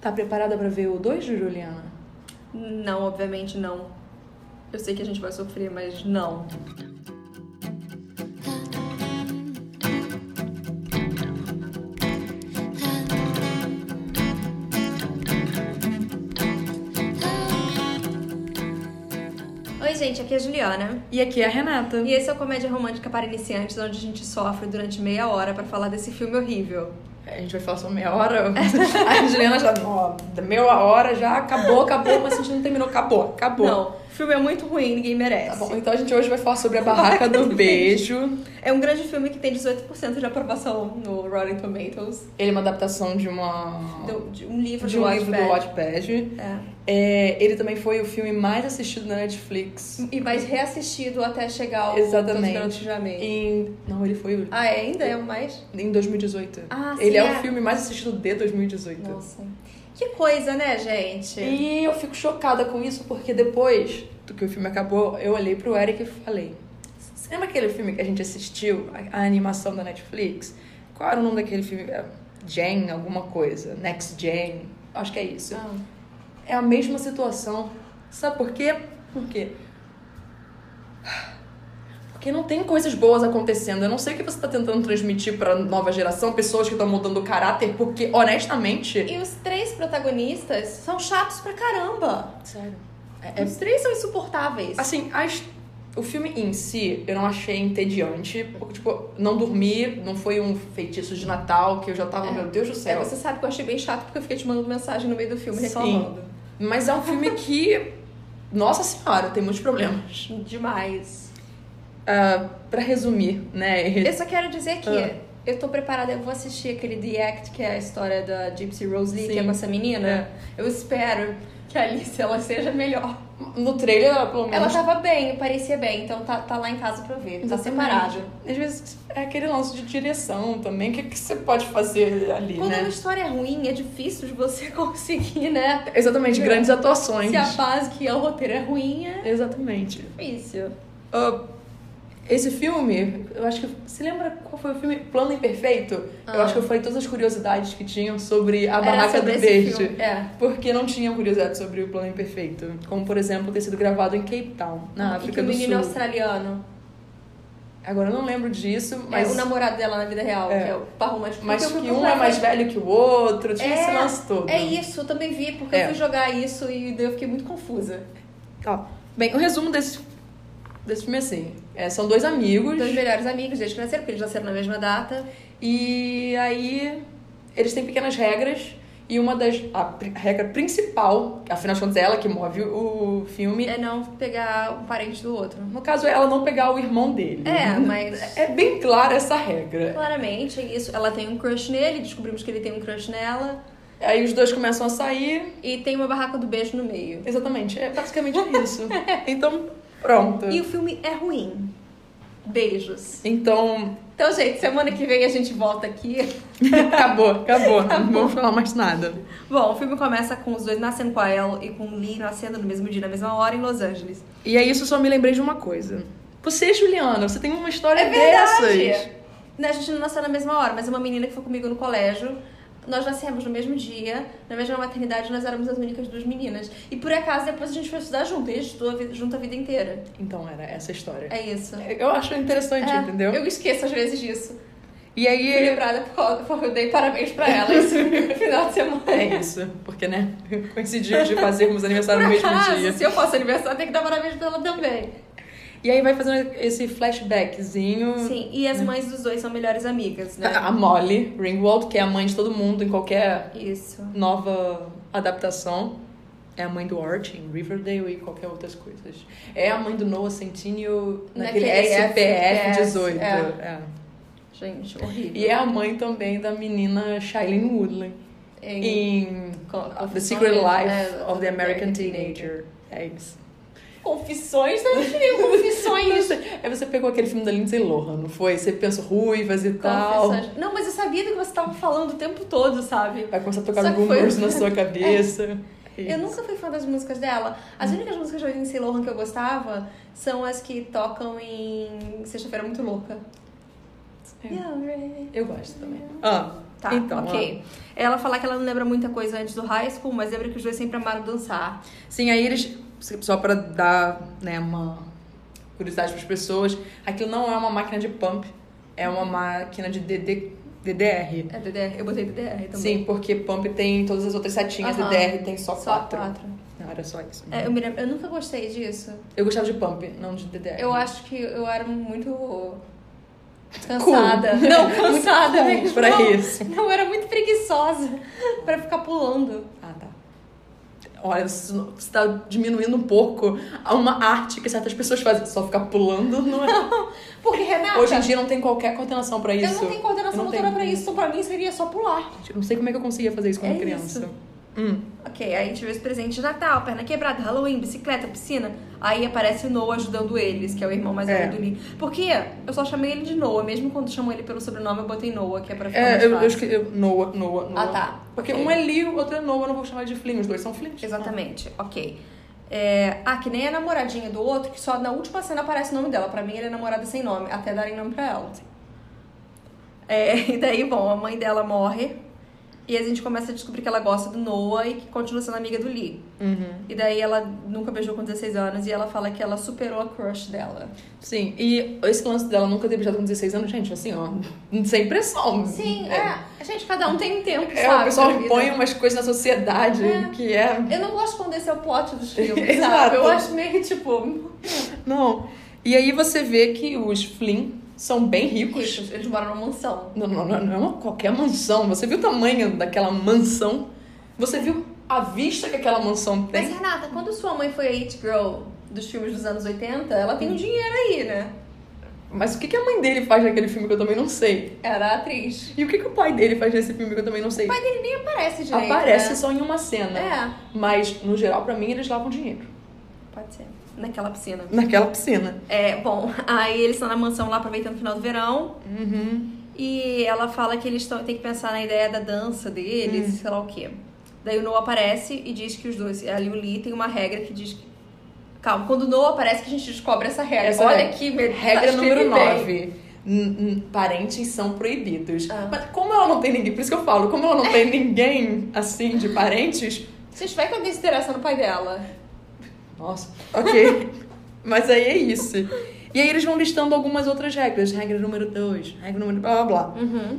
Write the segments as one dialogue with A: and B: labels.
A: Tá preparada pra ver o 2, Juliana?
B: Não, obviamente não. Eu sei que a gente vai sofrer, mas não. Oi, gente, aqui é a Juliana.
A: E aqui é a Renata.
B: E esse é o Comédia Romântica para Iniciantes, onde a gente sofre durante meia hora pra falar desse filme horrível.
A: A gente vai falar só meia hora. a Juliana já, ó, da meia hora já acabou, acabou, mas a gente não terminou. Acabou, acabou.
B: Não, o filme é muito ruim, ninguém merece.
A: Tá bom, então a gente hoje vai falar sobre a Barraca do Beijo.
B: É um grande filme que tem 18% de aprovação no Rotten Tomatoes,
A: Ele é uma adaptação de uma...
B: do- de um livro
A: de
B: do
A: um livro do
B: Wattpad.
A: Wattpad.
B: É.
A: É, ele também foi o filme mais assistido na Netflix.
B: E mais reassistido até chegar ao
A: Exatamente.
B: Dos Garotos de Amém.
A: Em... Não, ele foi
B: Ah, é? ainda é o mais?
A: em 2018.
B: Ah,
A: ele
B: sim,
A: é,
B: é.
A: o filme mais assistido de 2018.
B: Nossa. Que coisa, né, gente?
A: E eu fico chocada com isso porque depois do que o filme acabou, eu olhei pro Eric e falei: Você lembra aquele filme que a gente assistiu, a, a animação da Netflix? Qual era o nome daquele filme? É, Gen, alguma coisa. Next Gen. Acho que é isso.
B: Ah.
A: É a mesma situação. Sabe por quê? Por quê? Porque não tem coisas boas acontecendo. Eu não sei o que você tá tentando transmitir pra nova geração, pessoas que estão mudando o caráter, porque, honestamente.
B: E os três protagonistas são chatos pra caramba.
A: Sério.
B: Os três são insuportáveis.
A: É, Assim, a his- o filme em si eu não achei entediante, porque, tipo, não dormi, não foi um feitiço de Natal que eu já tava,
B: É.
A: meu Deus do
B: É,
A: céu.
B: você sabe que eu achei bem chato porque eu fiquei te mandando mensagem no meio do filme
A: Sim.
B: reclamando.
A: Mas é um filme que, nossa senhora, tem muitos problemas.
B: Demais.
A: Ah, pra resumir, né?
B: Eu só quero dizer que
A: Ah.
B: eu tô preparada, eu vou assistir aquele The Act, que é a história da Gypsy Rose Lee, que é
A: Sim. É.
B: com essa menina. Eu espero que a Alice ela seja melhor.
A: No trailer, ela, pelo menos.
B: Ela tá tava bem, parecia bem, então tá, tá lá em casa pra ver. Tá separada.
A: Às vezes é aquele lance de direção também. O que, que você pode fazer ali,
B: Quando
A: né?
B: uma história é ruim, é difícil de você conseguir, né?
A: Exatamente, grandes atuações.
B: Se a base que é o roteiro é ruim, é
A: Exatamente.
B: difícil.
A: Ah, esse filme, eu acho que. Você lembra qual foi o filme? Plano Imperfeito? Eu
B: Ah.
A: acho que eu falei todas as curiosidades que tinham sobre a
B: Era
A: Barraca
B: É, sobre
A: do
B: esse
A: Beijo.
B: filme, É.
A: Porque não tinha curiosidade sobre o Plano Imperfeito. Como, por exemplo, ter sido gravado em Cape Town, na
B: e
A: África
B: que o
A: do
B: menino
A: Sul.
B: é australiano.
A: Agora eu não lembro disso, mas.
B: É o namorado dela na vida real,
A: É.
B: que é o par romântico.
A: Mas
B: Porque eu
A: que um
B: fui
A: é
B: procurar,
A: mais
B: falei,
A: velho que o outro, tinha
B: É,
A: esse lance todo.
B: É isso, eu também vi, porque eu
A: É.
B: fui jogar isso e daí eu fiquei muito confusa.
A: Tá. Bem, o resumo desse, desse filme é assim: é, são dois amigos.
B: Dois Então, melhores amigos, desde que nasceram, porque eles nasceram na mesma data.
A: E aí eles têm pequenas regras e uma das a pri- regra principal, afinal de contas é ela que move o filme,
B: É não pegar um parente do outro.
A: no caso é ela não pegar o irmão dele.
B: É, mas
A: É bem clara essa regra.
B: claramente é isso. Ela tem um crush nele, descobrimos que ele tem um crush nela.
A: Aí os dois começam a sair.
B: E tem uma barraca do beijo no meio.
A: Exatamente, é basicamente isso. Então, pronto.
B: E o filme é ruim. Beijos.
A: Então,
B: Então, gente, semana que vem a gente volta aqui.
A: acabou, acabou. Não vamos falar mais nada.
B: Bom, o filme começa com os dois nascendo com a Elle e com o Lee nascendo no mesmo dia, na mesma hora, em Los Angeles.
A: E aí isso eu só me lembrei de uma coisa. Você, Juliana, você tem uma história
B: É
A: dessas.
B: Né, a gente não nasceu na mesma hora, mas uma menina que foi comigo no colégio. Nós nascemos no mesmo dia, na mesma maternidade, nós éramos as únicas duas meninas. E por acaso, depois a gente foi estudar junto, e a gente estudou a vida- junto a vida inteira.
A: Então era essa a história.
B: É isso.
A: Eu acho interessante,
B: É,
A: entendeu?
B: Eu esqueço às vezes disso.
A: E aí
B: Fui lembrada por causa- porque eu dei parabéns pra ela esse final de semana.
A: É isso, porque né? Coincidiu de fazermos aniversário É, no mesmo
B: Acaso,
A: dia.
B: se eu fosse aniversário, tem que dar parabéns pra ela também.
A: E aí vai fazendo esse flashbackzinho.
B: Sim, e as mães dos dois são melhores amigas, né?
A: Hum. A Molly Ringwald, que é a mãe de todo mundo em qualquer
B: Isso.
A: nova adaptação. É a mãe do Art em Riverdale e qualquer outras coisas. É a mãe do Noah Centineo naquele,
B: Naquele
A: SPF 18.
B: é.
A: é.
B: Gente, horrível.
A: E é a mãe também da menina Shailene Woodley
B: Em-
A: em
B: Co-
A: The Secret Life
B: É,
A: of the American Teenager. É isso.
B: Confissões? Eu não tive confissões.
A: Aí você pegou aquele filme da Lindsay Lohan, não foi? Você pensou ruivas e tal.
B: confissões. Não, mas eu sabia do que você tava falando o tempo todo, sabe?
A: Vai começar a
B: Só
A: tocar
B: que foi-
A: rumors na sua cabeça. É
B: Eu
A: isso. Hum.
B: nunca fui fã das músicas dela. As únicas músicas da Lindsay Lohan que eu gostava são as que tocam em Sexta-feira Muito Louca.
A: É. Eu gosto também. Ah,
B: Tá,
A: então,
B: ok. Ela falar que ela não lembra muita coisa antes do high school, mas lembra que os dois sempre amaram dançar.
A: ah. Sim, aí eles. Só pra dar né, uma curiosidade pras pessoas, aquilo não é uma máquina de pump, é uma máquina de DD, DDR.
B: É DDR, eu botei DDR também.
A: né? Sim, porque pump tem todas as outras setinhas,
B: Aham.
A: DDR tem só,
B: Só
A: quatro.
B: quatro.
A: Não, era só isso.
B: É, eu, me lembro, eu nunca gostei disso.
A: Eu gostava de pump, não de DDR.
B: Eu acho que eu era muito cansada. Não, cansada
A: Muito
B: mesmo.
A: pra
B: não,
A: isso.
B: Não, eu era muito preguiçosa pra ficar pulando.
A: Ah, tá. Olha, você você tá diminuindo um pouco a uma arte que certas pessoas fazem. Só ficar pulando, não é?
B: Porque, Renata,
A: Hoje em dia não tem qualquer coordenação pra
B: eu
A: é isso.
B: não tenho coordenação
A: Eu não tenho.
B: motora pra isso, então pra mim seria só pular.
A: Gente, eu não sei como é que eu conseguia fazer isso quando
B: É
A: criança.
B: isso.
A: Hum.
B: Ok, aí a gente vê os presentes de Natal, perna quebrada, Halloween, bicicleta, piscina. Aí aparece o Noah ajudando eles, que é o irmão mais
A: É.
B: velho do Lee. Porque eu só chamei ele de Noah, mesmo quando chamam ele pelo sobrenome, eu botei Noah, que é pra ficar mais
A: É, eu, eu
B: fácil.
A: escrevi. eu- Noah, Noah, Noah.
B: Ah, tá.
A: Porque
B: Ok.
A: um é Lee, o outro é Noah, eu não vou chamar de Flynn, os dois são Flynn.
B: Exatamente, ok. É, ah, que nem a namoradinha do outro, que só na última cena aparece o nome dela. Pra mim, ela é namorada sem nome, até darem nome pra ela. É, e daí, bom, a mãe dela morre. E a gente começa a descobrir que ela gosta do Noah e que continua sendo amiga do Lee.
A: Uhum.
B: E daí ela nunca beijou com 16 anos e ela fala que ela superou a crush dela.
A: Sim, e esse lance dela nunca ter beijado com 16 anos, gente, assim, ó, sem pressão.
B: Gente, cada um tem um tempo,
A: É, o pessoal impõe umas coisas na sociedade
B: É.
A: que é.
B: Eu não gosto quando esse é o plot dos filmes,
A: Exato.
B: sabe? Eu acho meio que, tipo,
A: Não. E aí você vê que os Flynn são bem ricos.
B: ricos, eles moram numa mansão.
A: Não, não, não, não é uma qualquer mansão. Você viu o tamanho daquela mansão? Você viu a vista que aquela mansão
B: Mas,
A: tem?
B: Renata, quando sua mãe foi a It Girl dos filmes dos anos 80, ela tem um dinheiro aí, né?
A: Mas o que que a mãe dele faz naquele filme que eu também não sei?
B: Era atriz.
A: E o que que o pai dele faz nesse filme que eu também não sei?
B: O pai dele nem aparece direito.
A: Aparece
B: né?
A: só em uma cena.
B: É,
A: Mas, no geral, pra mim, eles lavam dinheiro.
B: pode ser. Naquela piscina.
A: Naquela piscina.
B: É, bom, aí eles estão na mansão lá aproveitando o final do verão.
A: Uhum.
B: E ela fala que eles tão- têm que pensar na ideia da dança
A: Hum.
B: deles, sei lá o quê. Daí o Noah aparece e diz que os dois. Ali o Lee tem uma regra que diz que. Calma, quando o Noah aparece que a gente descobre essa regra.
A: Essa
B: Olha
A: regra.
B: que me-
A: Regra
B: tá,
A: número
B: escrevi bem.
A: 9. Parentes são proibidos.
B: Ah.
A: Mas como ela não tem ninguém, por isso que eu falo, como ela não tem ninguém assim de parentes,
B: Se tiver que alguém se interessa no pai dela.
A: Nossa, ok. Mas aí é isso. E aí eles vão listando algumas outras regras. Regra número 2, regra número... blá, blá, blá.
B: Uhum.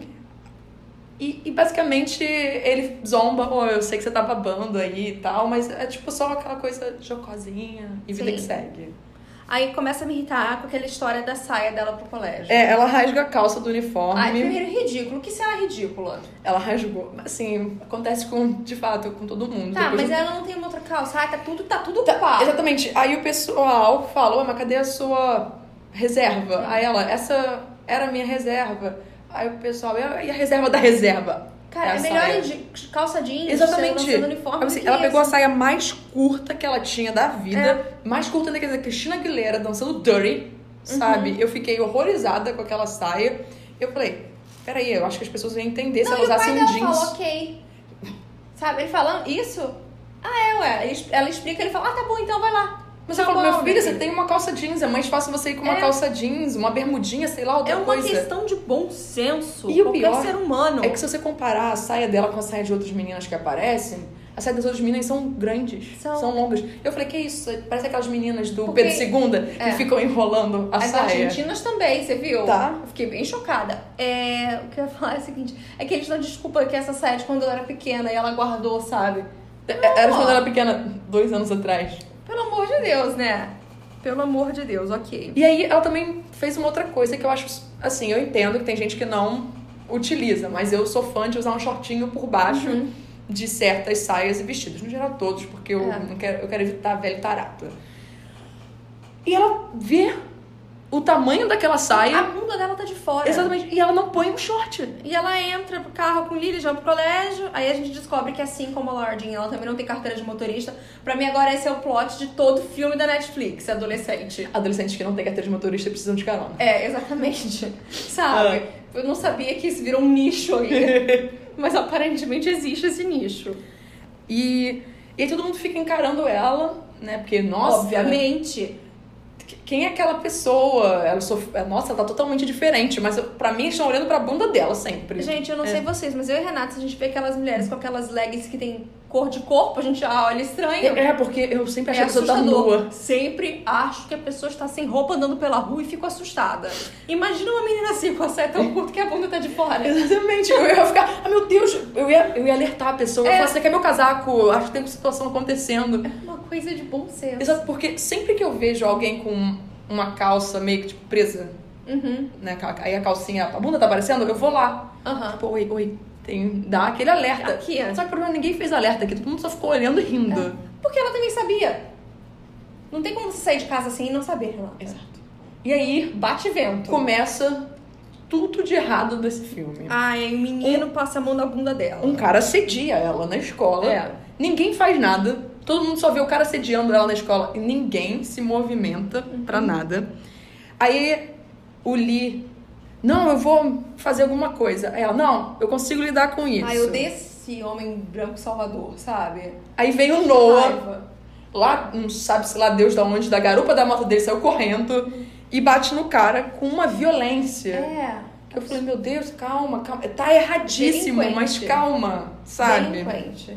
A: E, e basicamente ele zomba, pô, eu sei que você tá babando aí e tal, mas é tipo só aquela coisa jocosinha e vida
B: Sim.
A: que segue.
B: Aí começa a me irritar com aquela história da saia dela pro colégio.
A: É, ela rasga a calça do uniforme.
B: Ai, primeiro ridículo. Que cena ridícula.
A: Ela rasgou. Assim, acontece com, de fato, com todo mundo.
B: Tá,
A: Depois um
B: mas
A: do-
B: ela não tem uma outra calça. Ai, tá tudo, tá tudo
A: Tá,
B: ocupado.
A: Exatamente. Aí o pessoal falou, "Ah, mas cadê a sua reserva? Aí ela, essa era a minha reserva. Aí o pessoal, e a e a reserva da reserva?
B: Cara, é,
A: Essa
B: melhor
A: é.
B: de calça jeans,
A: Exatamente.
B: sendo uniforme.
A: Assim,
B: do que
A: ela pegou a
B: isso. É.
A: saia mais curta que ela tinha da vida, mais curta ainda que a da Cristina Aguilera dançando Dirty, sabe?
B: Uhum.
A: Eu fiquei horrorizada com aquela saia. Eu falei, peraí, eu acho que as pessoas iam entender se
B: Não,
A: ela
B: e o
A: usasse
B: pai
A: um
B: dela
A: jeans.
B: fala, ok. Sabe, ele falando isso? Ah, é, ué. Ele- Ela explica, ele fala, ah, tá bom, então vai lá.
A: Mas eu
B: Tá
A: falo, meu
B: bom,
A: filho,
B: meu
A: você
B: filho."
A: tem uma calça jeans, é mais fácil você ir com uma
B: É.
A: calça jeans, uma bermudinha, sei lá, outra
B: É uma
A: coisa.
B: questão de bom senso.
A: E o
B: Qualquer
A: pior
B: ser humano.
A: É que se você comparar a saia dela com a saia de outras meninas que aparecem, as saias das outras meninas são grandes,
B: São.
A: são, longas. Eu falei, que isso? Parece aquelas meninas do
B: Porque-
A: Pedro II que
B: É.
A: ficam enrolando a
B: As
A: saia.
B: argentinas também, você viu?
A: Tá.
B: Eu fiquei bem chocada. É, o que eu ia falar é o seguinte: é que eles dão desculpa que essa saia é de quando ela era pequena e ela guardou, sabe?
A: É- Era de quando ela era pequena, dois anos atrás.
B: Pelo amor de Deus, né? Pelo amor de Deus, ok.
A: E aí ela também fez uma outra coisa que eu acho, assim, eu entendo que tem gente que não utiliza, mas eu sou fã de usar um shortinho por baixo de certas saias e vestidos, no geral todos, porque eu,
B: É.
A: não quero, eu quero evitar velho tarado. E ela vê o tamanho daquela
B: A
A: saia,
B: bunda dela tá de fora.
A: exatamente, e ela não põe um short.
B: E ela entra pro carro com o Lily, já pro colégio. Aí a gente descobre que, assim como a Lardin, ela também não tem carteira de motorista. Pra mim, agora esse é o plot de todo filme da Netflix, adolescente.
A: Adolescentes que não têm carteira de motorista precisam de carona.
B: É, exatamente. Sabe?
A: Ah.
B: Eu não sabia que isso virou um nicho aí. Mas aparentemente existe esse nicho.
A: E, e aí todo mundo fica encarando ela, né? Porque, nossa,
B: Obviamente.
A: que Quem é aquela pessoa? Ela sof... Nossa, ela tá totalmente diferente, mas eu- pra mim eles estão olhando pra bunda dela sempre.
B: Gente, eu não sei vocês, mas eu e Renata, se a gente vê aquelas mulheres com aquelas leggings que tem cor de corpo, a gente ah, olha estranho.
A: É, porque eu sempre achei
B: É
A: que você tá nua.
B: Sempre acho que a pessoa está sem roupa andando pela rua e fico assustada. Imagina uma menina assim com a saia tão curta que a bunda tá de fora.
A: Exatamente, eu ia ficar, ah meu Deus, eu ia, eu ia alertar a pessoa, eu ia
B: É.
A: falar, assim, você quer meu casaco? Acho que tem uma situação acontecendo.
B: Uma coisa de bom senso.
A: Exato, porque sempre que eu vejo alguém com uma calça meio que tipo, presa,
B: Uhum.
A: né? ca- Aí a calcinha, a bunda tá aparecendo, eu vou lá.
B: Aham.
A: Pô, oi, oi, tem, dá aquele alerta.
B: Tá Aqui, ó.
A: Só que o problema é que ninguém fez alerta aqui, todo mundo só ficou olhando e rindo.
B: Porque ela também sabia. Não tem como você sair de casa assim e não saber, Renata.
A: Exato. E aí
B: Bate vento.
A: começa tudo de errado desse filme.
B: Ai, o menino passa a mão na bunda dela.
A: Um cara assedia ela na escola.
B: É.
A: Ninguém faz nada. Todo mundo só vê o cara assediando ela na escola e ninguém se movimenta
B: Uhum.
A: pra nada. Aí o Lee, não, eu vou fazer alguma coisa. Aí ela, não, eu consigo lidar com isso.
B: Ai, eu odeio esse homem branco salvador, sabe?
A: Aí veio o Noah, lá, não sabe-se lá Deus da onde, da garupa da moto dele saiu correndo e bate no cara com uma violência.
B: É.
A: Que Eu falei, meu Deus, calma, calma. Tá erradíssimo, mas
B: Delinquente.
A: calma, sabe?
B: Delinquente.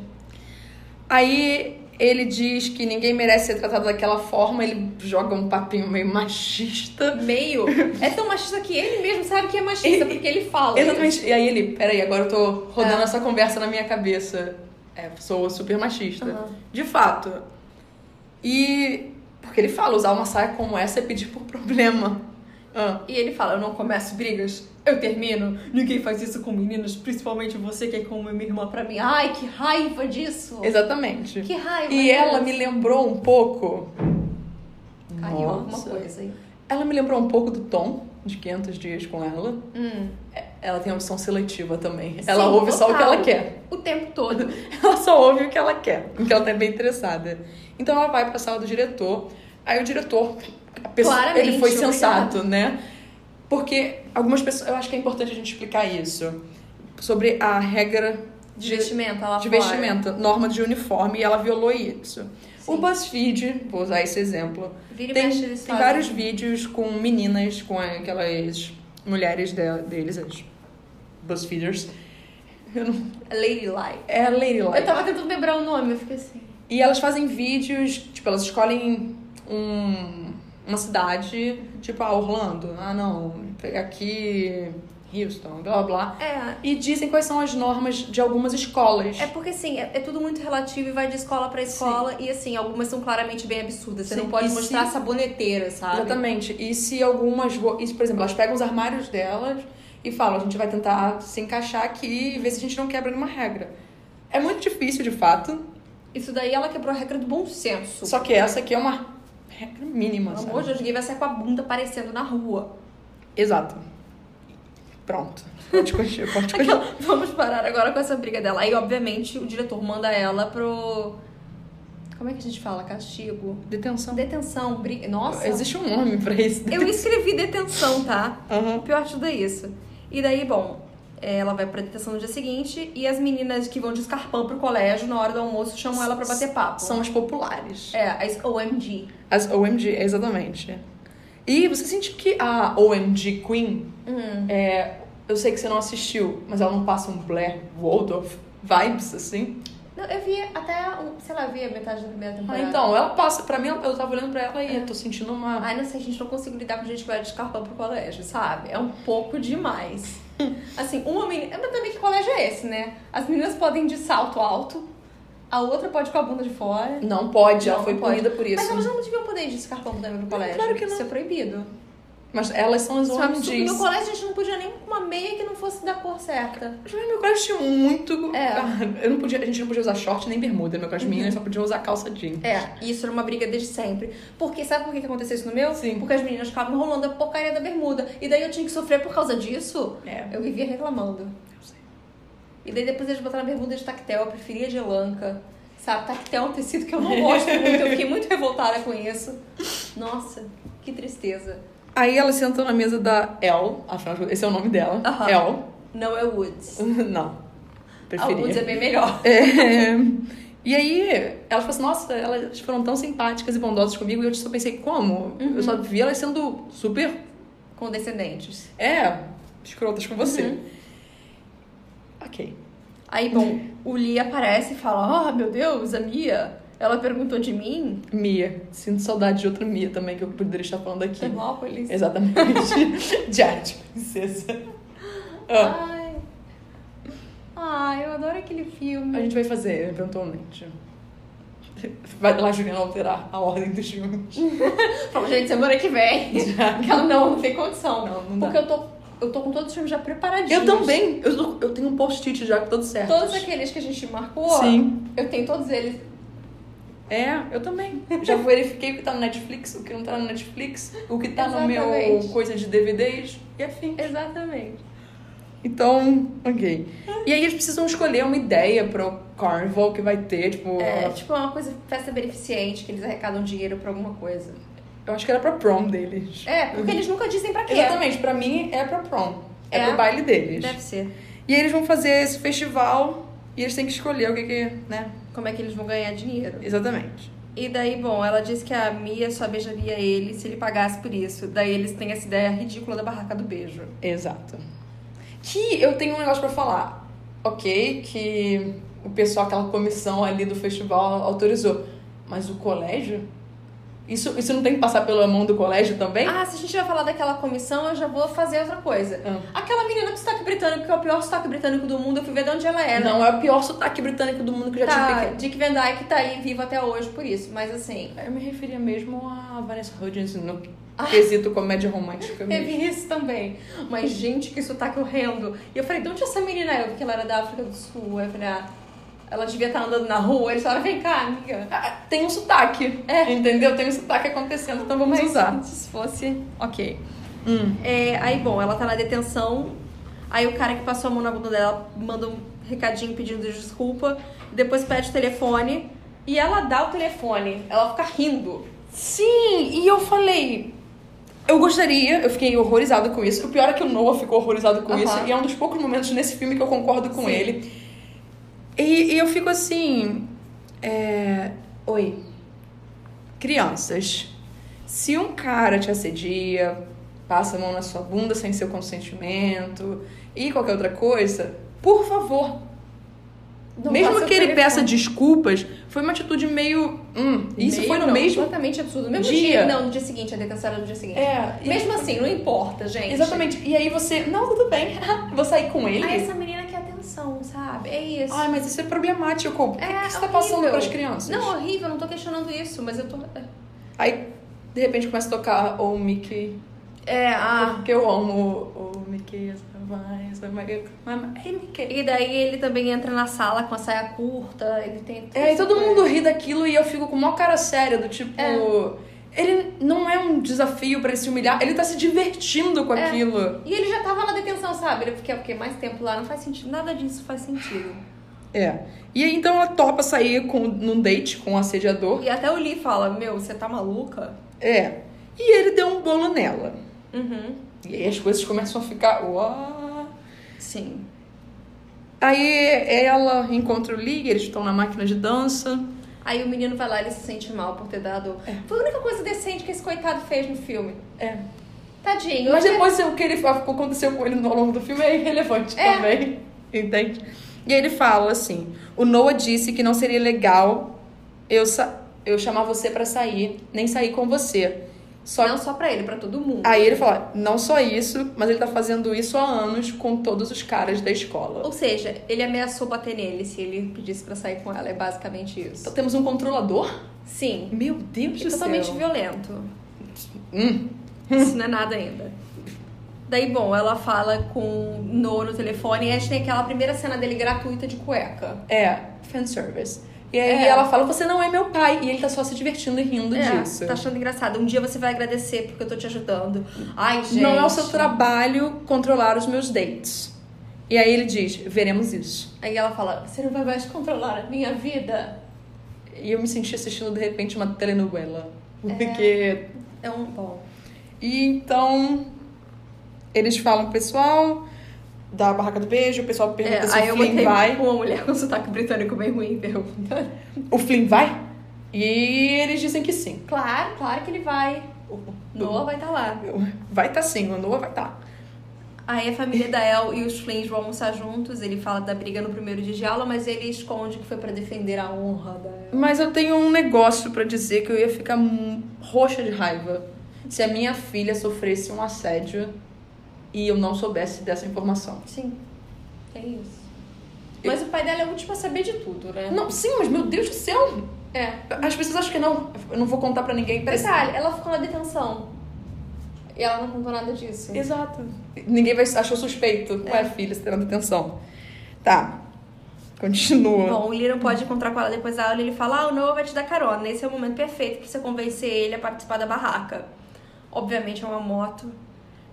A: Aí ele diz que ninguém merece ser tratado daquela forma, ele joga um papinho meio machista.
B: Meio. É tão machista que ele mesmo sabe que é machista, porque ele fala.
A: Exatamente. E aí ele, peraí, agora eu tô rodando
B: É.
A: essa conversa na minha cabeça. É, sou super machista.
B: Aham.
A: De fato. E. Porque ele fala, usar uma saia como essa é pedir por problema. Ah.
B: E ele fala: Eu não começo brigas, eu termino. Ninguém faz isso com meninas, principalmente você que é como minha irmã pra mim. Ai, que raiva disso!
A: Exatamente.
B: Que raiva!
A: E ela me lembrou um pouco.
B: Caiu alguma
A: Nossa.
B: coisa aí.
A: Ela me lembrou um pouco do Tom, de 500 dias com ela.
B: Hum.
A: Ela tem opção seletiva também.
B: Sim,
A: ela ouve só o que
B: total.
A: ela quer.
B: O tempo todo.
A: Ela só ouve o que ela quer, porque ela tá bem interessada. Então ela vai pra sala do diretor. Aí o diretor, a pessoa-
B: Claramente,
A: ele foi
B: obrigado.
A: sensato, né? Porque algumas pessoas, eu acho que é importante a gente explicar isso sobre a regra
B: De vestimento, ela
A: de
B: fora.
A: vestimenta, norma de uniforme, e ela violou isso. O BuzzFeed, vou usar esse exemplo,
B: Vira e
A: tem,
B: mexe, eles
A: tem
B: fazem.
A: vários vídeos com meninas, com aquelas mulheres de- deles, as BuzzFeeders. Eu não,
B: Ladylike.
A: é a Ladylike.
B: Eu tava tentando lembrar o nome, eu fiquei assim.
A: E elas fazem vídeos, tipo, elas escolhem um, uma cidade, tipo, ah, Orlando, ah, não, pegar aqui, Houston, blá blá blá.
B: É,
A: E dizem quais são as normas de algumas escolas.
B: É porque assim, é, é tudo muito relativo e vai de escola pra escola. E assim, algumas são claramente bem absurdas. Você
A: Sim,
B: não pode
A: e se-
B: mostrar saboneteira, sabe?
A: Exatamente. E se algumas. ro- E, se, por exemplo, elas pegam os armários delas e falam, a gente vai tentar se encaixar aqui e ver se a gente não quebra nenhuma regra. É muito difícil, de fato.
B: Isso daí ela quebrou a regra do bom senso.
A: Só que essa aqui é uma regra mínima.
B: Pelo
A: sabe?
B: amor de Deus, ninguém vai sair com a bunda aparecendo na rua.
A: Exato. Pronto. Pode continuar. Pode continuar.
B: Aquela- Vamos parar agora com essa briga dela. Aí, obviamente, o diretor manda ela pro. Como é que a gente fala? Castigo?
A: Detenção.
B: Detenção, briga. Nossa.
A: Existe um nome pra isso.
B: Eu escrevi detenção, tá? O
A: Aham.
B: pior de tudo é isso. E daí, bom, é, ela vai pra detenção no dia seguinte e as meninas que vão de escarpão pro colégio na hora do almoço chamam ela pra bater papo.
A: São as populares.
B: É, as OMG.
A: As OMG, exatamente. E você sentiu que a OMG Queen,
B: Hum.
A: é, eu sei que você não assistiu, mas ela não passa um Blair Waldorf vibes, assim?
B: Não, eu vi até, um- sei lá, eu vi a metade da primeira
A: Ah,
B: temporada.
A: então, ela passa. Pra mim, eu tava olhando pra ela e eu tô sentindo uma...
B: Ai, não sei, a gente não consegue lidar com gente que vai de escarpão pro colégio, sabe? É um pouco demais. assim, uma menina. Mas também que colégio é esse, né? As meninas podem ir de salto alto, a outra pode ir com a bunda de fora.
A: Não pode, ela
B: Não,
A: foi
B: não pode.
A: punida por isso.
B: Mas elas não deviam poder ir de escarpão também pro colégio.
A: claro que não.
B: Isso é proibido.
A: Mas elas são as
B: Isso é um absurdo.
A: OMGs.
B: No colégio a gente não podia nem com uma meia que não fosse da cor certa.
A: Mas Meu colégio tinha muito... Ah,
B: É. Uhum.
A: Eu não podia, a gente não podia usar short nem bermuda. Meu colégio, meninas só podiam usar calça jeans.
B: É, e isso era uma briga desde sempre. Porque sabe por que que aconteceu isso no meu?
A: Sim.
B: Porque as meninas ficavam rolando a porcaria da bermuda. E daí eu tinha que sofrer por causa disso.
A: É.
B: Eu vivia reclamando.
A: sei.
B: E daí depois eles botaram a bermuda de tactel, eu preferia de lanca. Sabe, tactel é um tecido que eu não gosto muito, eu fiquei muito revoltada com isso. Nossa, que tristeza.
A: Aí ela sentou na mesa da El, afinal de contas, esse é o nome dela.
B: Aham.
A: El.
B: Não é Woods.
A: Não.
B: A Woods
A: Preferia.
B: é bem melhor.
A: É, E aí, elas falaram assim, nossa, elas foram tão simpáticas e bondosas comigo, e eu só pensei, como? Eu
B: Uhum.
A: só vi elas sendo super,
B: Condescendentes.
A: é, escrotas com você.
B: Uhum.
A: Ok.
B: Aí, bom, o Lee aparece e fala: Oh, meu Deus, a Mia, ela perguntou de mim.
A: Mia. Sinto saudade de outra Mia também, que eu poderia estar falando
B: Tá
A: aqui.
B: Termópolis.
A: Exatamente. Jade, princesa. Ah,
B: Ai. Ai, eu adoro aquele filme.
A: a gente vai fazer, eventualmente. Vai lá, Juliana, alterar a ordem dos filmes.
B: Fala, gente, semana que vem. Que ela não, não tem condição.
A: Não, não dá.
B: Porque eu tô, eu tô com todos os filmes já preparadinhos.
A: Eu também. Eu, tô- eu tenho um post-it já com tudo certo.
B: Todos aqueles que a gente marcou,
A: Sim.
B: eu tenho todos eles.
A: É, eu também. Já verifiquei o que tá no Netflix, o que não tá no Netflix, o que tá no meu
B: Exatamente.
A: coisa de DVDs e afim.
B: Exatamente.
A: Então, ok. E aí eles precisam escolher uma ideia pro carnival que vai ter, tipo,
B: É, tipo, é uma coisa, festa beneficente, que eles arrecadam dinheiro pra alguma coisa.
A: eu acho que era pra prom deles.
B: É, porque eles nunca dizem pra quê.
A: Uhum. Exatamente, pra mim é pra prom. É,
B: É.
A: pro baile deles.
B: Deve ser.
A: E aí eles vão fazer esse festival e eles têm que escolher o que que, né?
B: Como é que eles vão ganhar dinheiro?
A: Exatamente.
B: E daí, bom, ela disse que a Mia só beijaria ele se ele pagasse por isso. Daí eles têm essa ideia ridícula da barraca do beijo.
A: Exato. Que eu tenho um negócio pra falar. Ok, que o pessoal, aquela comissão ali do festival autorizou. Mas o colégio? Isso, isso não tem que passar pela mão do colégio também?
B: Ah, se a gente vai falar daquela comissão, eu já vou fazer outra coisa.
A: Ah.
B: Aquela menina com sotaque britânico, que é o pior sotaque britânico do mundo, eu fui ver de onde ela é. né?
A: não, é o pior sotaque britânico do mundo que eu já
B: Tá,
A: tive.
B: Dick Van Dyke tá aí vivo até hoje por isso, mas assim.
A: Eu me referia mesmo a Vanessa Hudgens no quesito comédia romântica mesmo.
B: Teve isso também. Mas, gente, que sotaque horrendo. E eu falei, de onde essa menina é? Porque ela era da África do Sul. Aí Eu falei, ah, ela devia estar andando na rua. Eles falaram, vem cá, amiga.
A: Ah, Tem um sotaque, entendeu? Tem um sotaque acontecendo, então vamos
B: Mas
A: usar.
B: se fosse, ok.
A: Hum.
B: É, aí, bom, ela tá na detenção. Aí o cara que passou a mão na bunda dela manda um recadinho pedindo desculpa. Depois pede o telefone. E ela dá o telefone. Ela fica rindo.
A: Sim, e eu falei. Eu gostaria, eu fiquei horrorizada com isso. O pior é que o Noah ficou horrorizado com
B: Aham.
A: isso. E é um dos poucos momentos nesse filme que eu concordo com
B: Sim.
A: ele. E, e eu fico assim. é, Oi. Crianças, se um cara te assedia, passa a mão na sua bunda sem seu consentimento e qualquer outra coisa, por favor,
B: Não passa
A: mesmo
B: o
A: que ele
B: telefone.
A: peça desculpas, foi uma atitude meio. Hum, isso
B: Meio
A: foi no
B: não,
A: mesmo.
B: Completamente absurdo. No mesmo
A: dia.
B: dia. Não, no dia seguinte. A detenção era no dia seguinte.
A: É, e-
B: Mesmo assim, não importa, gente.
A: Exatamente. E aí você, não, tudo bem, vou sair com ele.
B: Ah, essa menina quer atenção, sabe? É isso.
A: Ai, mas isso é problemático. Por que,
B: É,
A: que você tá
B: horrível.
A: passando pras crianças?
B: Não, horrível, não tô questionando isso, mas eu tô.
A: Aí, de repente, começa a tocar o Mickey.
B: É, a.
A: Porque eu amo o o Mickey. essa vai, essa vai, mama. Ei, Mickey.
B: E daí ele também entra na sala com a saia curta, ele tem.
A: É, e todo mundo ri daquilo e eu fico com uma cara séria do tipo... Ele não é um desafio pra ele se humilhar. Ele tá se divertindo com
B: É.
A: aquilo.
B: E ele já tava na detenção, sabe? Ele fica o quê? Mais tempo lá, não faz sentido. Nada disso faz sentido.
A: É. E aí, então, ela topa sair com, num date com o assediador.
B: E até o Lee fala: Meu, você tá maluca?
A: É. E ele deu um bolo nela.
B: Uhum.
A: E aí as coisas começam a ficar. "Uá".
B: Sim.
A: Aí ela encontra o Lee, eles estão na máquina de dança.
B: Aí o menino vai lá, ele se sente mal por ter dado. Foi a única coisa decente que esse coitado fez no filme.
A: É.
B: Tadinho.
A: Mas é
B: eu-
A: depois o que ele o que aconteceu com ele ao longo do filme é irrelevante
B: É.
A: também. Entende? E aí ele fala assim: o Noah disse que não seria legal eu, sa- eu chamar você pra sair, nem sair com você. Só
B: Não só pra ele, pra todo mundo.
A: Aí ele fala, não só isso, mas ele tá fazendo isso há anos com todos os caras da escola.
B: Ou seja, ele ameaçou bater nele se ele pedisse pra sair com ela. É basicamente
A: Então
B: isso.
A: temos um controlador? É
B: Sim.
A: Meu Deus
B: E
A: do
B: É totalmente
A: céu.
B: violento.
A: Hum.
B: Isso não é nada ainda. Daí, bom, ela fala com o No no telefone e a gente tem aquela primeira cena dele gratuita de cueca.
A: É, fanservice. E aí
B: É.
A: ela fala, você não é meu pai. E ele tá só se divertindo e rindo disso.
B: Tá achando engraçado. Um dia você vai agradecer porque eu tô te ajudando. Ai, gente.
A: Não é o seu trabalho controlar os meus dates. E aí ele diz, veremos isso.
B: Aí ela fala, você não vai mais controlar a minha vida?
A: E eu me senti assistindo, de repente, uma telenovela. Porque...
B: É um bom.
A: E então... Eles falam, pessoal... da barraca do beijo, o pessoal pergunta
B: É,
A: se
B: aí
A: o
B: eu
A: Flynn
B: botei
A: vai.
B: uma mulher com sotaque britânico bem ruim perguntando.
A: O Flynn vai? E eles dizem que sim.
B: Claro, claro que ele vai. Noah vai estar lá.
A: Vai tá sim, o Noah vai tá.
B: Aí a família da El e os Flins vão almoçar juntos. Ele fala da briga no primeiro dia de aula, mas ele esconde que foi pra defender a honra da El.
A: Mas eu tenho um negócio pra dizer que eu ia ficar mu- roxa de raiva se a minha filha sofresse um assédio e eu não soubesse dessa informação.
B: Sim, é isso. Mas o pai dela é o último a saber de tudo, né?
A: Não, sim, mas meu Deus do céu!
B: É.
A: As pessoas acham que não, eu não vou contar pra ninguém.
B: Detalhe, ela ficou na detenção. E ela não contou nada disso.
A: Exato. assim, Ninguém vai achou suspeito.
B: É.
A: Ué, filha, você tá dando atenção. Tá. Continua.
B: Bom, o Liram pode encontrar com ela depois da aula e ele fala: Ah, o Noah vai te dar carona. Esse é o momento perfeito pra você convencer ele a participar da barraca. Obviamente é uma moto.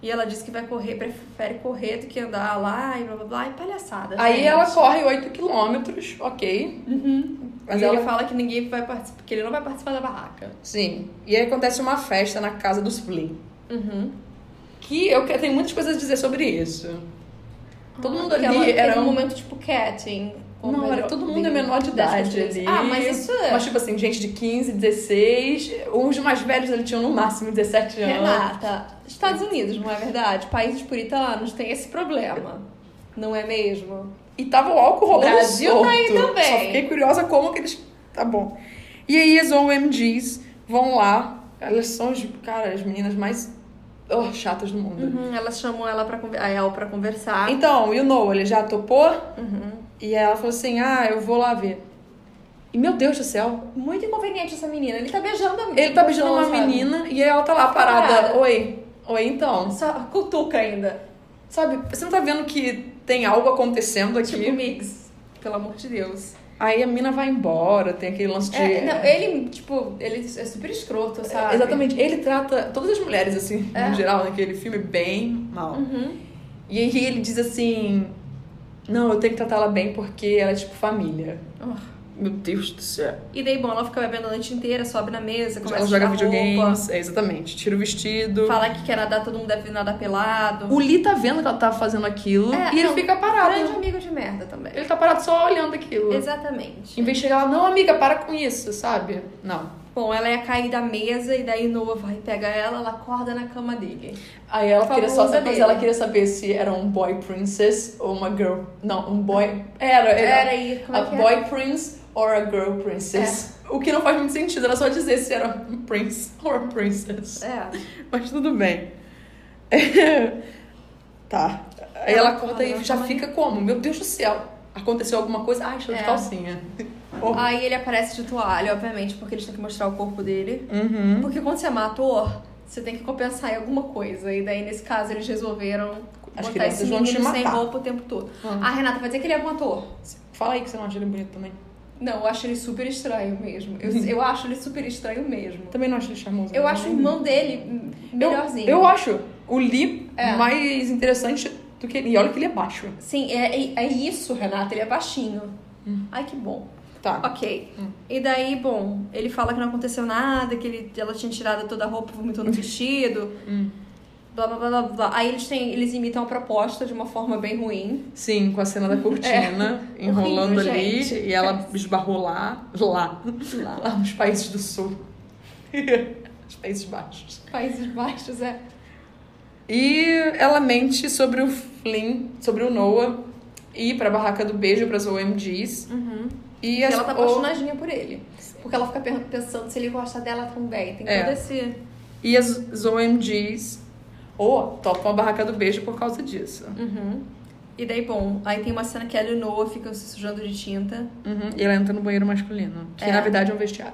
B: E ela diz que vai correr, prefere correr do que andar lá e blá blá blá. E palhaçada.
A: Aí
B: gente.
A: ela corre 8 quilômetros, ok. Mas
B: e
A: ela
B: ele fala que ninguém vai participar, que ele não vai participar da barraca.
A: Sim. E aí acontece uma festa na casa dos Flynn.
B: Uhum.
A: Que eu que- tenho muitas coisas a dizer sobre isso. Todo mundo
B: Que ela
A: ali
B: teve
A: era
B: um
A: um...
B: momento tipo catting. com
A: Não,
B: melhor-
A: era todo mundo é
B: de-
A: menor de
B: das
A: idade
B: pessoas.
A: ali.
B: Ah, mas isso é.
A: Mas tipo assim, gente de 15, 16, os mais velhos ali tinham no máximo 17 anos.
B: Renata, Estados Unidos, não é verdade? Países puritanos têm esse problema. Não é mesmo?
A: E tava o álcool rolando
B: Brasil
A: solto.
B: tá aí também.
A: Só fiquei curiosa como que eles... Tá bom. E aí as OMGs vão lá. Elas são, as- cara, as meninas mais oh, chatas do mundo.
B: Uhum. elas chamam ela pra, conver- a El pra conversar. Uhum.
A: Então, e o Noah, ele já topou? E ela falou assim, ah, eu vou lá ver. E meu Deus do céu,
B: Muito inconveniente essa menina. Ele tá beijando a menina.
A: Ele tá beijando uma menina e ela tá lá parada.
B: Parada.
A: Oi. Oi, então.
B: Só cutuca ainda.
A: Sabe, você não tá vendo que tem algo acontecendo aqui?
B: Tipo mix. Pelo amor de Deus.
A: Aí a mina vai embora, tem aquele lance de.
B: É, não, ele, tipo, ele é super escroto, sabe?
A: Exatamente. Ele trata todas as mulheres, assim,
B: É.
A: no geral, naquele filme, bem mal.
B: Uhum.
A: E aí ele diz assim: Não, eu tenho que tratar ela bem porque ela é tipo família.
B: Ah.
A: Meu Deus do céu.
B: E daí, bom, ela fica bebendo a noite inteira, sobe na mesa, começa
A: Ela
B: a
A: joga
B: tirar roupa,
A: videogames. É, exatamente. Tira o vestido.
B: Fala que quer nadar, todo mundo deve nadar pelado.
A: O Lee tá vendo que ela tá fazendo aquilo
B: É,
A: e ele
B: não,
A: fica parado.
B: Grande amigo de merda também.
A: Ele tá parado só olhando aquilo.
B: Exatamente.
A: Em vez de chegar lá, não, amiga, para com isso, sabe? Não.
B: Bom, ela ia cair da mesa e daí Noah vai pegar ela, ela acorda na cama dele.
A: Aí ela queria só
B: Famosa
A: saber, mas
B: dele.
A: ela queria saber se era um boy princess ou uma girl. Não, um boy. Era,
B: Era
A: era.
B: aí, como
A: a
B: é que
A: boy prince or a girl princess. O que não faz muito sentido, era só dizer se era um prince or a princess.
B: é?
A: Mas tudo bem. tá. Aí
B: Ela
A: ela corta
B: fala,
A: e já
B: ela-
A: fica como? Meu Deus do céu. Aconteceu alguma coisa? Ai, estou
B: É.
A: de calcinha.
B: É. Aí ele aparece de toalha, obviamente, porque eles têm que mostrar o corpo dele.
A: Uhum.
B: Porque quando você é ator, você tem que compensar em alguma coisa. E daí, nesse caso, eles resolveram
A: As
B: botar esse
A: crianças vão te
B: menino sem
A: matar.
B: roupa o tempo todo.
A: Hum.
B: A Renata vai dizer que ele é bom ator.
A: Fala aí que você não acha ele bonito também.
B: Não, eu acho ele super estranho mesmo. Eu,
A: Uhum.
B: eu acho ele super estranho mesmo.
A: Também não acho ele charmoso.
B: Eu
A: né?
B: acho o irmão dele hum, melhorzinho.
A: Eu, eu acho o Lee
B: É.
A: mais interessante do que ele. E olha que ele é baixo.
B: Sim, é, é, é isso, Renata. Ele é baixinho.
A: Uhum.
B: Ai, que bom.
A: Tá.
B: Ok. E daí, bom, ele fala que não aconteceu nada, que ele, ela tinha tirado toda a roupa, vomitou no vestido. Blá, blá, blá, blá, blá. Aí eles, têm, eles imitam a proposta de uma forma bem ruim.
A: Sim, com a cena da cortina enrolando
B: Horrível,
A: ali
B: gente.
A: e ela esbarrou lá, lá, lá nos países do sul. Os países baixos.
B: Países Baixos, é.
A: E ela mente sobre o Flynn, sobre o Noah, ir pra barraca do beijo pras OMGs. E
B: E
A: as-
B: ela tá
A: o-
B: apaixonadinha por ele. Porque ela fica per- pensando se ele gosta dela também. Tem
A: É.
B: todo esse...
A: E as, as OMGs ou topam a barraca do beijo por causa disso.
B: Uhum. E daí, bom, aí tem uma cena que ela e o Noah ficam se sujando de tinta.
A: Uhum, E ela entra no banheiro masculino, que
B: É.
A: na verdade é um vestiário.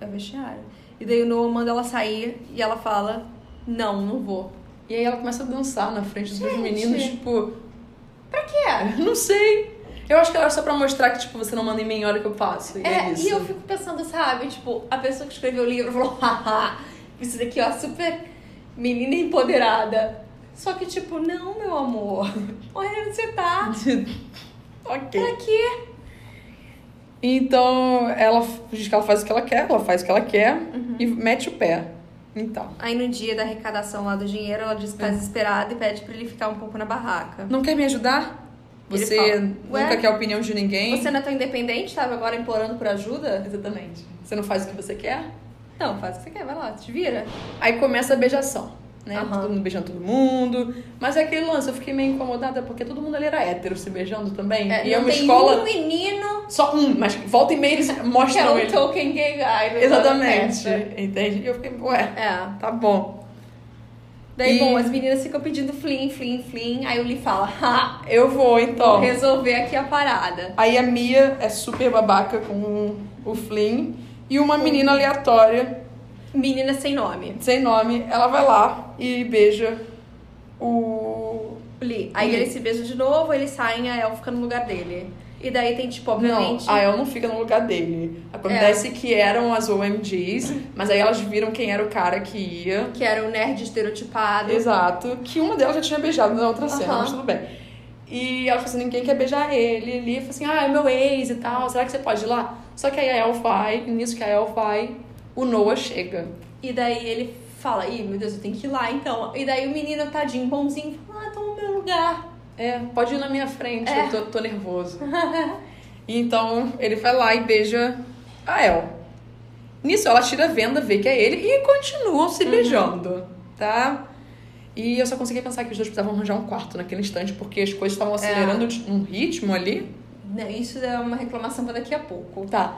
B: É vestiário. E daí o Noah manda ela sair e ela fala, não, não vou.
A: E aí ela começa a dançar na frente dos
B: Gente.
A: meninos, tipo,
B: Que é?
A: não sei. Eu acho que era só pra mostrar que, tipo, você não manda em mim, olha o que eu faço. E é,
B: É,
A: isso.
B: e eu fico pensando, sabe? Tipo, a pessoa que escreveu o livro falou, haha, isso daqui, ó, super menina empoderada. Só que, tipo, não, meu amor. Olha onde você tá.
A: Ok.
B: Pra quê? Uhum.
A: Então ela f- diz que ela faz o que ela quer, ela faz o que ela quer e mete o pé. Então.
B: Aí no dia da arrecadação lá do dinheiro, ela diz que
A: É.
B: tá desesperada e pede pra ele ficar um pouco na barraca.
A: Não quer me ajudar?
B: Ele
A: Você
B: fala,
A: nunca
B: "Ué,
A: quer a opinião de ninguém?
B: Você não é tão independente, tava agora implorando por ajuda?
A: Exatamente. Você não faz o que você quer?
B: Não, faz o que você quer, vai lá, te vira.
A: Aí começa a beijação, né?
B: Aham.
A: Todo mundo beijando todo mundo. Mas é aquele lance, eu fiquei meio incomodada porque todo mundo ali era hétero se beijando também.
B: É,
A: e é
B: não
A: uma
B: tem
A: escola.
B: um menino
A: Só um, mas volta e meia eles
B: que é
A: mostram
B: um
A: ele.
B: token gay guy. no
A: Exatamente.
B: festa.
A: Entende? E eu fiquei, ué,
B: É.
A: tá bom.
B: Daí,
A: E-
B: bom, as meninas ficam pedindo flim, flim, flim. Aí o Lee fala, ha,
A: Eu vou então.
B: vou resolver aqui a parada.
A: Aí a Mia é super babaca com o Flynn. E uma menina aleatória,
B: Menina sem nome.
A: sem nome, ela vai lá e beija o.
B: Lee. Aí
A: Lee.
B: eles se beijam de novo, eles saem, a El fica no lugar dele. E daí tem, tipo,
A: Não,
B: obviamente...
A: a El não fica no lugar dele. Acontece que eram as OMGs, mas aí elas viram quem era o cara que ia.
B: Que era o nerd estereotipado.
A: Exato. Que uma delas já tinha beijado na outra cena,
B: Aham.
A: mas tudo bem. E ela falou assim: ninguém quer beijar ele. Ele falou assim: ah, é meu ex e tal, será que você pode ir lá? Só que aí a El vai, e nisso que a El vai, o Noah chega.
B: E daí ele fala, ih, meu Deus, eu tenho que ir lá, então. E daí o menino, tadinho, bonzinho, fala, ah, toma o meu lugar.
A: É, pode ir na minha frente, eu tô, tô nervoso. E então ele vai lá e beija a El. Nisso ela tira a venda, vê que é ele e continuam se beijando, tá? E eu só consegui pensar que os dois precisavam arranjar um quarto naquele instante, porque as coisas estavam acelerando de- num ritmo ali.
B: Não, Isso é uma reclamação pra daqui a pouco.
A: Tá.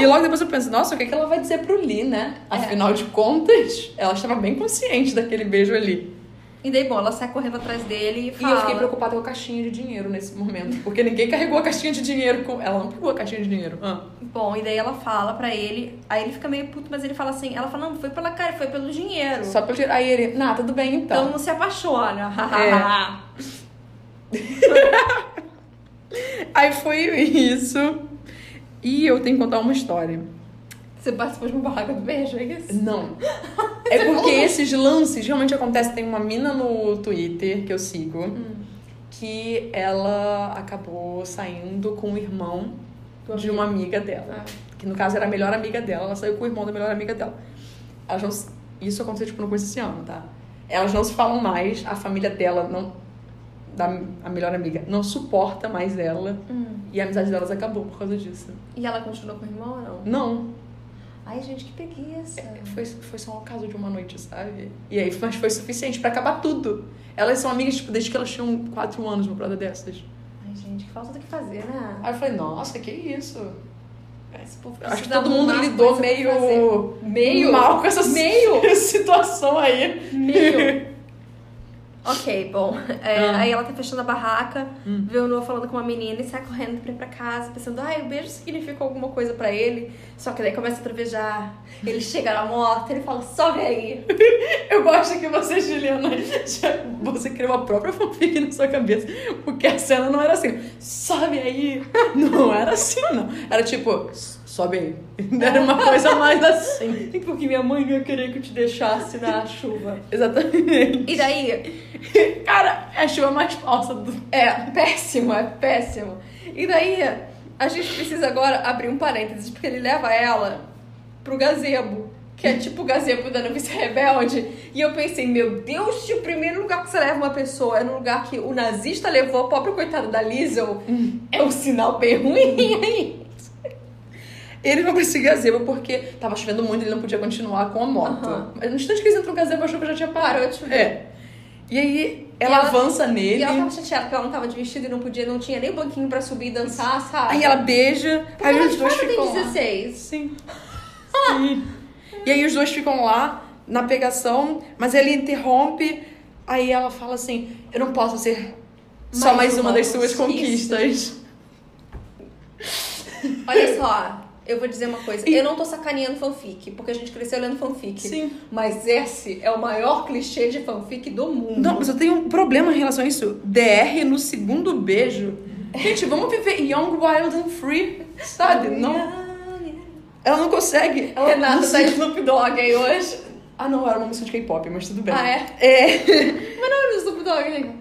A: E logo depois eu penso, nossa, o que, é que ela vai dizer pro Lee, né? Afinal de contas, ela estava bem consciente daquele beijo ali.
B: E daí, bom, ela sai correndo atrás dele e fala...
A: E eu fiquei preocupada com a caixinha de dinheiro nesse momento, porque ninguém carregou a caixinha de dinheiro com. Ela não pegou a caixinha de dinheiro. Ah.
B: Bom, e daí ela fala pra ele, aí ele fica meio puto, mas ele fala assim, ela fala, não, foi pela cara, foi pelo dinheiro.
A: Só pra eu tirar. Aí ele, nah, tudo bem
B: então
A: então.
B: não se apaixona.
A: É. Aí foi isso. E eu tenho que contar uma história.
B: Você participou de uma barraca do beijo, é isso?
A: Não. É porque esses lances realmente acontecem. Tem uma mina no Twitter que eu sigo que ela acabou saindo com o irmão de uma amiga dela. Que no caso era a melhor amiga dela. Ela saiu com o irmão da melhor amiga dela. Elas não se- Isso aconteceu tipo, no começo desse ano, tá? Elas não se falam mais. A família dela não. Da, a melhor amiga não suporta mais ela.
B: Hum.
A: E a amizade delas acabou por causa disso.
B: E ela continuou com o irmão ou não?
A: Não,
B: Ai, gente, que preguiça.
A: foi, foi só um caso de uma noite, sabe? E aí, mas foi suficiente pra acabar tudo. Elas são amigas, tipo, desde que elas tinham 4 anos, uma prova dessas.
B: Ai, gente, que falta do que fazer, né?
A: Aí eu falei, nossa, que isso?
B: Esse povo
A: Eu acho que
B: precisa
A: todo mundo
B: arrumar
A: lidou
B: coisa pra fazer.
A: meio,
B: Meio?
A: mal com essa
B: Meio?
A: situação aí.
B: Meio. ok, bom. É,
A: Ah.
B: Aí ela tá fechando a barraca,
A: Hum.
B: vê o Noah falando com uma menina e sai correndo pra ir pra casa, pensando, ai, o beijo significou alguma coisa pra ele. Só que daí começa a trovejar. Ele chega na moto, ele fala, sobe aí.
A: Eu gosto que você, Juliana, já- você criou a própria fanfic na sua cabeça, porque a cena não era assim, sobe aí. Não era assim, não. Era tipo, sobe aí. Era uma coisa mais assim.
B: Porque minha mãe não ia querer que eu te deixasse na chuva.
A: Exatamente.
B: E daí,
A: Cara, é a chuva mais falsa do.
B: é péssimo, é péssimo. E daí, a gente precisa agora abrir um parênteses, porque ele leva ela pro gazebo. Que é tipo o gazebo da novice rebelde. E eu pensei, meu Deus, se o primeiro lugar que você leva uma pessoa é no lugar que o nazista levou a pobre coitada da Liesel, é um sinal bem ruim aí.
A: Eles vão pra esse gazebo porque tava chovendo muito e ele não podia continuar com a moto.
B: Aham.
A: Mas no instante que eles entram no gazebo, a chuva já tinha parado.
B: Parou de chover.
A: É. E aí ela,
B: ela-
A: avança
B: E
A: nele.
B: ela tava chateada porque ela não tava de vestido e não podia, não tinha nem banquinho pra subir e dançar, sabe?
A: Aí ela beija.
B: Porque
A: aí
B: ela
A: os
B: de
A: dois
B: fato
A: ficam.
B: tem
A: lá.
B: 16.
A: Sim. Sim. E aí os dois ficam lá na pegação, mas ele interrompe. Aí ela fala assim: Eu não posso ser só
B: Mais
A: mais uma,
B: uma
A: das suas
B: conquista."
A: conquistas.
B: Olha só, eu vou dizer uma coisa.
A: E-
B: Eu não tô sacaneando fanfic, porque a gente cresceu lendo fanfic.
A: Sim.
B: Mas esse é o maior clichê de fanfic do mundo.
A: Não, mas eu tenho um problema em relação a isso. DR no segundo beijo. Gente, vamos viver young, wild and free, sabe? Não, ela não consegue. Ela não
B: Renata tá
A: sei-
B: Snoop Dogg aí hoje.
A: Ah, não, era uma música de K-pop, mas tudo bem.
B: Ah, é?
A: É.
B: Mas não era o Snoop Dogg, né?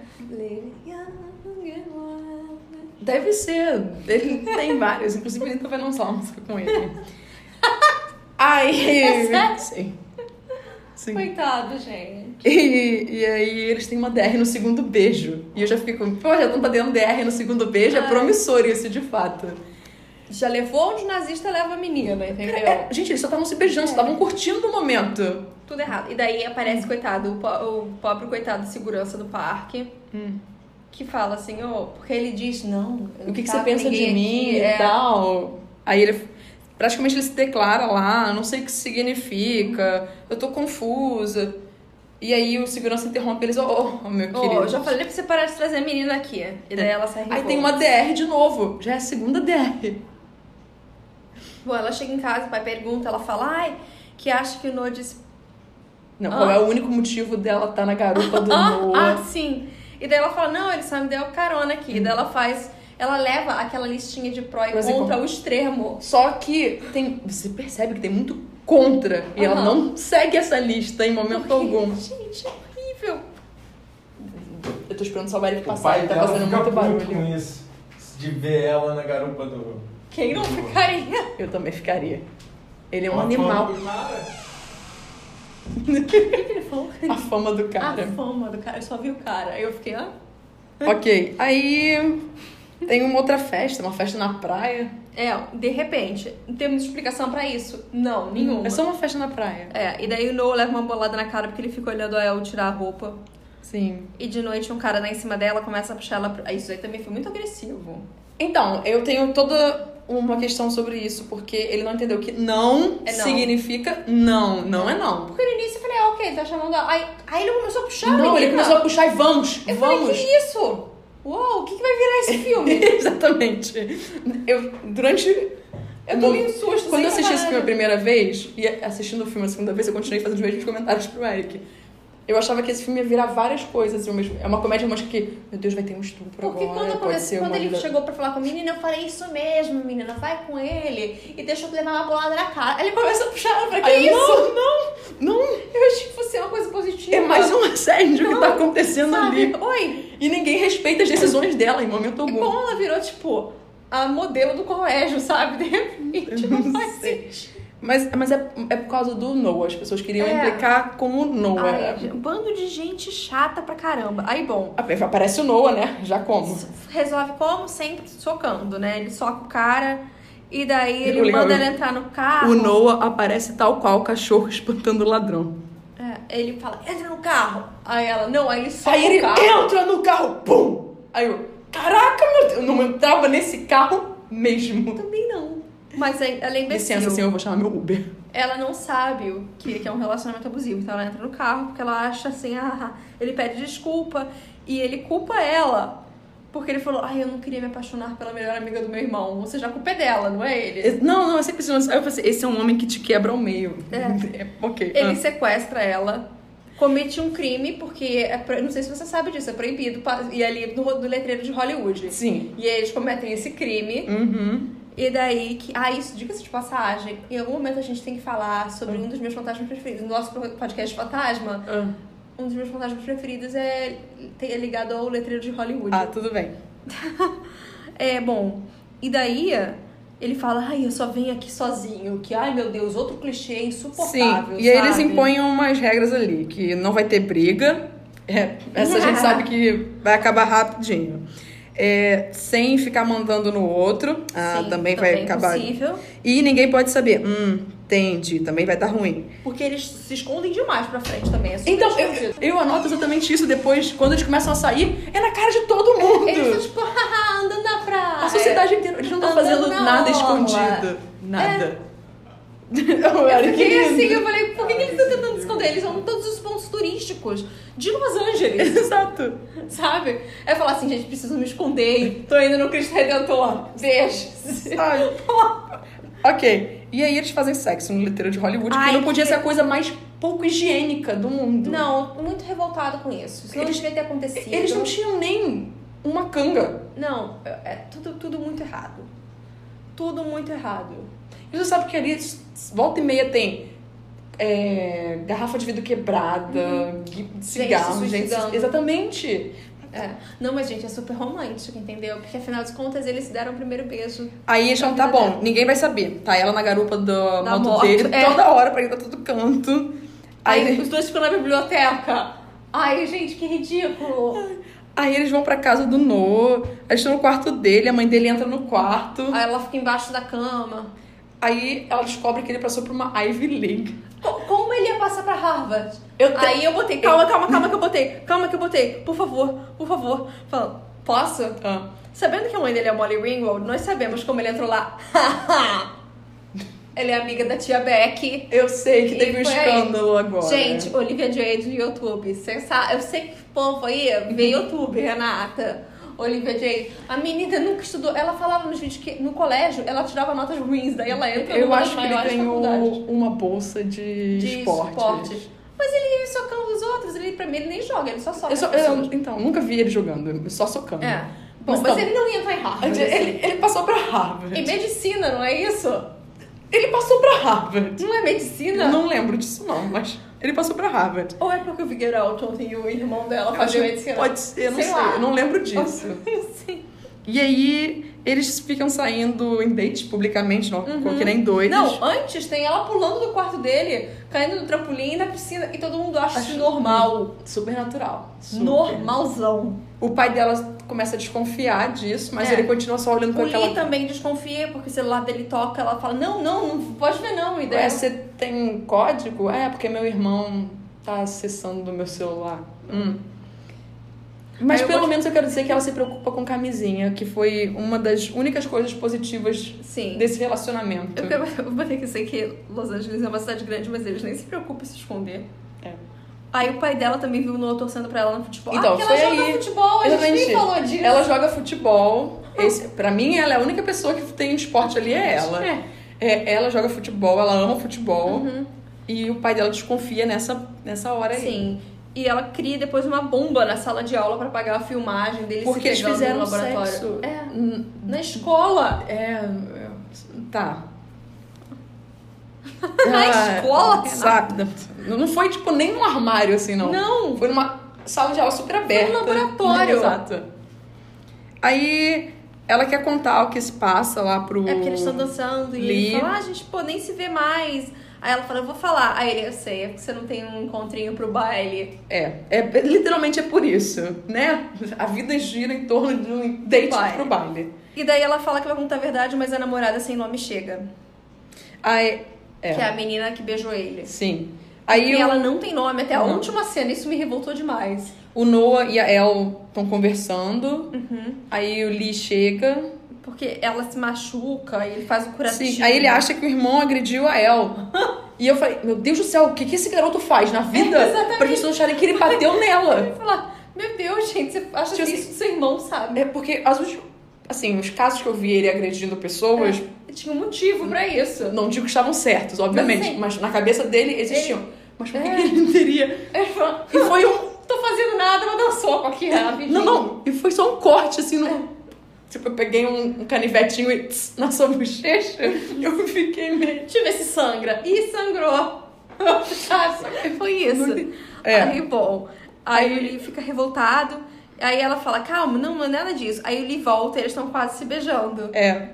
A: Deve ser. Ele tem vários. Inclusive, ele tá vai lançar uma música com ele. Ai,
B: É sério?
A: Sim. Sim.
B: Coitado, gente.
A: E, e aí eles têm uma DR no segundo beijo. E eu já fiquei com, pô, já não tá tendo DR no segundo beijo, é
B: Ai.
A: promissor isso de fato.
B: Já levou onde o nazista leva a menina, entendeu?
A: É, gente, eles só estavam se beijando, só estavam curtindo o momento.
B: Tudo errado. E daí aparece, coitado, o, po- o pobre coitado de segurança do parque. Que fala assim, ô, porque ele diz, não. eu
A: O que, que
B: tava
A: você
B: com
A: pensa de
B: ninguém
A: mim
B: aqui,
A: e
B: é.
A: tal? Aí ele praticamente ele se declara lá, não sei o que isso significa, eu tô confusa. E aí o segurança interrompe eles, ô, ô, meu
B: Ô,
A: querido.
B: eu já falei pra você parar de trazer a menina aqui. E daí ela se arregou.
A: Aí tem uma DR de novo, já é a segunda DR.
B: Bom, Tipo, ela chega em casa, o pai pergunta, ela fala, ai, que acha que o Noah disse.
A: Não,
B: Ah.
A: qual é o único motivo dela estar tá na garupa do
B: Ah, ah,
A: Noah?
B: sim. E daí ela fala, não, ele só me deu carona aqui. E daí ela faz. Ela leva aquela listinha de pró e
A: Prós e
B: contra
A: contras.
B: ao extremo.
A: Só que tem, você percebe que tem muito contra e ela
B: Aham.
A: não segue essa lista em momento algum.
B: Gente, é horrível.
A: Eu tô esperando só o Eric
C: O
A: passar,
C: pai
A: ele tá
C: dela
A: fazendo
C: fica
A: muito
C: puto
A: barulho.
C: com isso. De ver ela na garupa do.
B: Quem não
C: do-
B: ficaria?
A: Eu também ficaria. Ele é um
C: Uma
A: animal.
C: fama do cara.
A: A fama do
B: A
A: cara.
B: fama do cara, eu só vi o cara. Aí eu fiquei, ah.
A: ok. Aí tem uma outra festa, uma festa na praia.
B: É, de repente, temos explicação pra isso? Não, nenhuma.
A: É só uma festa na praia.
B: É, e daí o Noah leva uma bolada na cara porque ele fica olhando a El tirar a roupa.
A: Sim.
B: E de noite um cara lá em cima dela começa a puxar ela. pro- Ah, Isso aí também foi muito agressivo.
A: Então, eu tenho toda uma questão sobre isso, porque ele não entendeu que não,
B: É não.
A: significa não, não é não.
B: Porque no início eu falei, ah, ok, ele tá chamando ela. Aí, aí ele começou a puxar a
A: Não, ele
B: Ah, menina.
A: começou a puxar e vamos,
B: Eu
A: vamos.
B: falei, que isso? Uou, o que, que vai virar esse filme?
A: Exatamente. Eu, durante.
B: Eu tomei um susto,
A: Quando
B: sem
A: eu assisti esse
B: trabalhar.
A: filme a primeira vez, e assistindo o filme a segunda vez, eu continuei fazendo os mesmos comentários pro Eric. Eu achava que esse filme ia virar várias coisas. assim, ao mesmo- É uma comédia romântica que, meu Deus, vai ter um estupro
B: Porque
A: agora.
B: quando, eu
A: pode ser
B: comecei, quando
A: uma
B: ele
A: vida-
B: chegou pra falar com a menina, eu falei, isso mesmo, menina, vai com ele. E deixa eu levar uma bolada na cara. Aí ele começou a puxar ela pra que
A: Aí eu,
B: isso?
A: Não, não, não.
B: Eu achei que fosse uma coisa positiva.
A: É mais um assédio que
B: Não,
A: tá acontecendo
B: Sabe?
A: ali.
B: Oi.
A: E ninguém respeita as decisões dela em momento
B: E
A: algum.
B: como ela virou, tipo, a modelo do colégio, sabe? De repente,
A: Eu
B: não,
A: não
B: faz
A: sei.
B: sentido.
A: Mas, mas é, é por causa do Noah. As pessoas queriam
B: É.
A: implicar com o Noah.
B: Ai, gente, um bando de gente chata pra caramba. Aí, bom,
A: Aparece o Noah, né? Já como?
B: s- resolve como sempre, socando, né? Ele soca o cara e daí ele
A: Ficou legal,
B: manda
A: né?
B: ela entrar no carro.
A: O Noah aparece tal qual o cachorro espantando o ladrão.
B: É, ele fala, entra no carro. Aí ela, não, aí ele soca
A: Aí ele
B: o carro.
A: entra no carro, pum! Aí eu, caraca, meu Deus, eu não entrava nesse carro mesmo.
B: Também não. Mas aí ela é imbecil.
A: Licença, senhor, eu vou chamar meu Uber.
B: Ela não sabe o que, que é um relacionamento abusivo. Então ela entra no carro porque ela acha assim, ah, ele pede desculpa e ele culpa ela. Porque ele falou, ai, eu não queria me apaixonar pela melhor amiga do meu irmão. Ou seja, a culpa é dela, não é ele.
A: Não, não, é sempre assim. Aí eu falei assim, esse é um homem que te quebra ao meio. É. ok.
B: Ele
A: ah.
B: sequestra ela, comete um crime, porque é pro- não sei se você sabe disso, é proibido pa- ir ali no, ro- no letreiro de Hollywood.
A: Sim.
B: E eles cometem esse crime.
A: Uhum.
B: E daí que. Ah, isso, diga-se de passagem. Em algum momento a gente tem que falar sobre um dos meus fantasmas preferidos. No nosso podcast Fantasma,
A: Ah.
B: um dos meus fantasmas preferidos é, é ligado ao letreiro de Hollywood.
A: Ah, tudo bem.
B: É, bom, e daí ele fala, ai, eu só venho aqui sozinho, que, ai meu Deus, outro clichê insuportável.
A: e aí eles
B: sabe?
A: impõem umas regras ali, que não vai ter briga. É, essa a gente sabe que vai acabar rapidinho. É, sem ficar mandando no outro. Ah,
B: Sim, é
A: também vai acabar.
B: Possível,
A: E ninguém pode saber. Hum, entendi, também vai estar ruim.
B: porque eles se escondem demais pra frente também. É super
A: Então, eu,
B: escondido.
A: eu anoto exatamente isso depois, quando eles começam a sair, é na cara de todo mundo.
B: Eles Ah, estão tipo, haha, andando na praia.
A: A sociedade inteira, eles não estão
B: Andando
A: fazendo
B: na
A: nada
B: orla.
A: escondido. Nada. Eu
B: é. Eu
A: era
B: fiquei
A: querido.
B: assim, eu falei, por que, que eles estão tentando esconder? Eles vão em todos os pontos turísticos de Los Angeles,
A: Exato.
B: sabe? É falar assim, gente, preciso me esconder, tô indo no Cristo Redentor, deixa.
A: Ai. ok. E aí eles fazem sexo no letreiro de Hollywood,
B: Ai,
A: que não podia
B: porque-
A: ser a coisa mais pouco higiênica do mundo.
B: Não, muito revoltada com isso. Isso não
A: Eles-
B: devia ter acontecido.
A: Eles não tinham nem uma canga.
B: Não, é é tudo, tudo muito errado. Tudo muito errado.
A: E você sabe que ali, s- volta e meia, tem é, garrafa de vidro quebrada, gui- cigarro,
B: Uhum. se
A: gente. se-
B: suicidando.
A: exatamente.
B: É. Não, mas gente, é super romântico, entendeu? Porque afinal de contas eles se deram o primeiro beijo.
A: Aí eles falam, tá bom, ninguém vai saber. Tá ela na garupa do
B: Da
A: moto
B: moto,
A: dele
B: é.
A: toda hora pra ir pra todo canto.
B: Aí
A: Aí,
B: os dois ficam na biblioteca. Ai, gente, que ridículo.
A: aí eles vão pra casa do Noah, eles estão no quarto dele, a mãe dele entra no quarto.
B: Aí ela fica embaixo da cama.
A: Aí ela descobre que ele passou por uma Ivy League.
B: Co- Como ele ia passar pra Harvard?
A: Eu te-
B: Aí eu botei, calma, calma, calma que eu botei, calma que eu botei, por favor, por favor. Falando, posso?
A: Ah.
B: Sabendo que a mãe dele é Molly Ringwald, nós sabemos como ele entrou lá. ele é amiga da tia Beck.
A: Eu sei que
B: E
A: teve um
B: foi aí.
A: escândalo agora.
B: Gente, Olivia Jade no YouTube. Sensa... Eu sei que o povo aí vê YouTube, Renata. Olivia Jade. A menina nunca estudou. Ela falava nos vídeos que no colégio ela tirava notas ruins, daí ela entra
A: eu
B: numa das
A: acho que ele
B: maiores faculdades
A: ganhou uma bolsa de,
B: de
A: esportes.
B: esportes. Mas ele vive socando os outros, ele, pra mim ele nem joga, ele só soca.
A: Eu só-
B: as
A: eu-
B: pessoas.
A: então, nunca vi ele jogando, eu- só socando.
B: É. Bom, mas,
A: Mas então-
B: ele não ia entrar em Harvard. assim.
A: Ele, ele passou pra Harvard.
B: E medicina, não é isso?
A: Ele passou pra Harvard.
B: Não é medicina?
A: Eu Não lembro disso, não, mas ele passou pra Harvard.
B: Ou é porque o Figueiredo Alton e o irmão dela
A: Eu acho
B: fazia
A: que
B: medicina?
A: Pode ser, eu não
B: Sei
A: sei,
B: lá.
A: eu não lembro disso.
B: Sim.
A: E aí, eles ficam saindo em dates publicamente, não, que nem doidos.
B: Uhum. Não, antes tem ela pulando do quarto dele, caindo no trampolim na piscina e todo mundo acha isso
A: Acho
B: normal.
A: super natural. super.
B: Normalzão.
A: O pai dela começa a desconfiar disso, mas
B: É.
A: ele continua só olhando
B: O
A: com
B: Lee
A: aquela
B: também desconfia porque o celular dele toca, ela fala: "Não, não, não pode ver não", e daí
A: É, você tem código? É, porque meu irmão tá acessando do meu celular. Hum. Mas
B: Aí eu
A: pelo
B: gosto-
A: menos eu quero dizer que ela se preocupa com camisinha, que foi uma das únicas coisas positivas
B: Sim.
A: desse relacionamento.
B: Eu, quero- eu botei que sei que Los Angeles é uma cidade grande, mas eles nem se preocupam em se esconder.
A: É.
B: Aí o pai dela também viu o Noah torcendo pra ela no futebol.
A: Então,
B: ah, porque
A: foi
B: ela joga
A: aí.
B: futebol, a gente nem
A: Exatamente.
B: falou disso.
A: Ela joga futebol. Esse, pra mim, ela é a única pessoa que tem esporte ali, é ela.
B: É.
A: É, ela joga futebol, ela ama futebol.
B: Uhum.
A: E o pai dela desconfia nessa, nessa hora aí.
B: Sim. E ela cria depois uma bomba na sala de aula pra pagar a filmagem deles
A: Porque
B: se
A: eles
B: pegando
A: fizeram
B: no laboratório.
A: sexo.
B: É.
A: Hum,
B: Na escola.
A: É. Tá.
B: Na
A: Ah,
B: escola, Renata?
A: Sabe? Não não foi, tipo, nem num armário, assim, não.
B: Não.
A: Foi numa sala de aula super aberta.
B: Foi num laboratório.
A: Exato. Aí ela quer contar o que se passa lá pro.
B: É porque eles estão dançando e
A: Li.
B: ele fala, ah, gente, pô, nem se vê mais. Aí ela fala, eu vou falar. Aí ele, eu sei, é porque você não tem um encontrinho pro baile.
A: É, é, literalmente é por isso, né? A vida gira em torno de um date
B: Baile.
A: pro baile.
B: E daí ela fala que vai contar a verdade, mas a namorada sem nome chega.
A: Aí.
B: Que
A: É.
B: é a menina que beijou ele.
A: Sim. Aí
B: e
A: o-
B: ela não tem nome até a
A: Não.
B: última cena, isso me revoltou demais.
A: o Noah e a El estão conversando.
B: Uhum.
A: Aí o Lee chega.
B: Porque ela se machuca e ele faz o curativo.
A: Sim, aí ele acha que o irmão agrediu a El. E eu falei, meu Deus do céu, o que, que esse garoto faz na vida?
B: É, exatamente.
A: pra eles não acharem que ele bateu nela.
B: Ele fala, meu Deus, gente, você
A: Tipo
B: acha que
A: assim,
B: isso do seu irmão, sabe?
A: É porque, as últimas- assim, os casos que eu vi ele agredindo pessoas,
B: Tinha um motivo pra isso.
A: não digo que estavam certos, obviamente,
B: Mas, É.
A: mas,
B: assim,
A: na cabeça dele existiam. Mas por que que ele não teria?
B: Ele fala,
A: E foi um.
B: tô fazendo nada, vou dar um soco aqui rapidinho.
A: Não, não, e foi só um corte, assim, no. Tipo, eu peguei um, um canivetinho e tss, na sua bochecha, eu fiquei meio.
B: Deixa eu ver se sangra. Ih, sangrou. Sabe? Foi isso.
A: É.
B: Aí, bom. Aí,
A: Aí-
B: o Lee fica revoltado. Aí ela fala, calma, não, não é nada disso. Aí o Lee volta e eles estão quase se beijando.
A: É.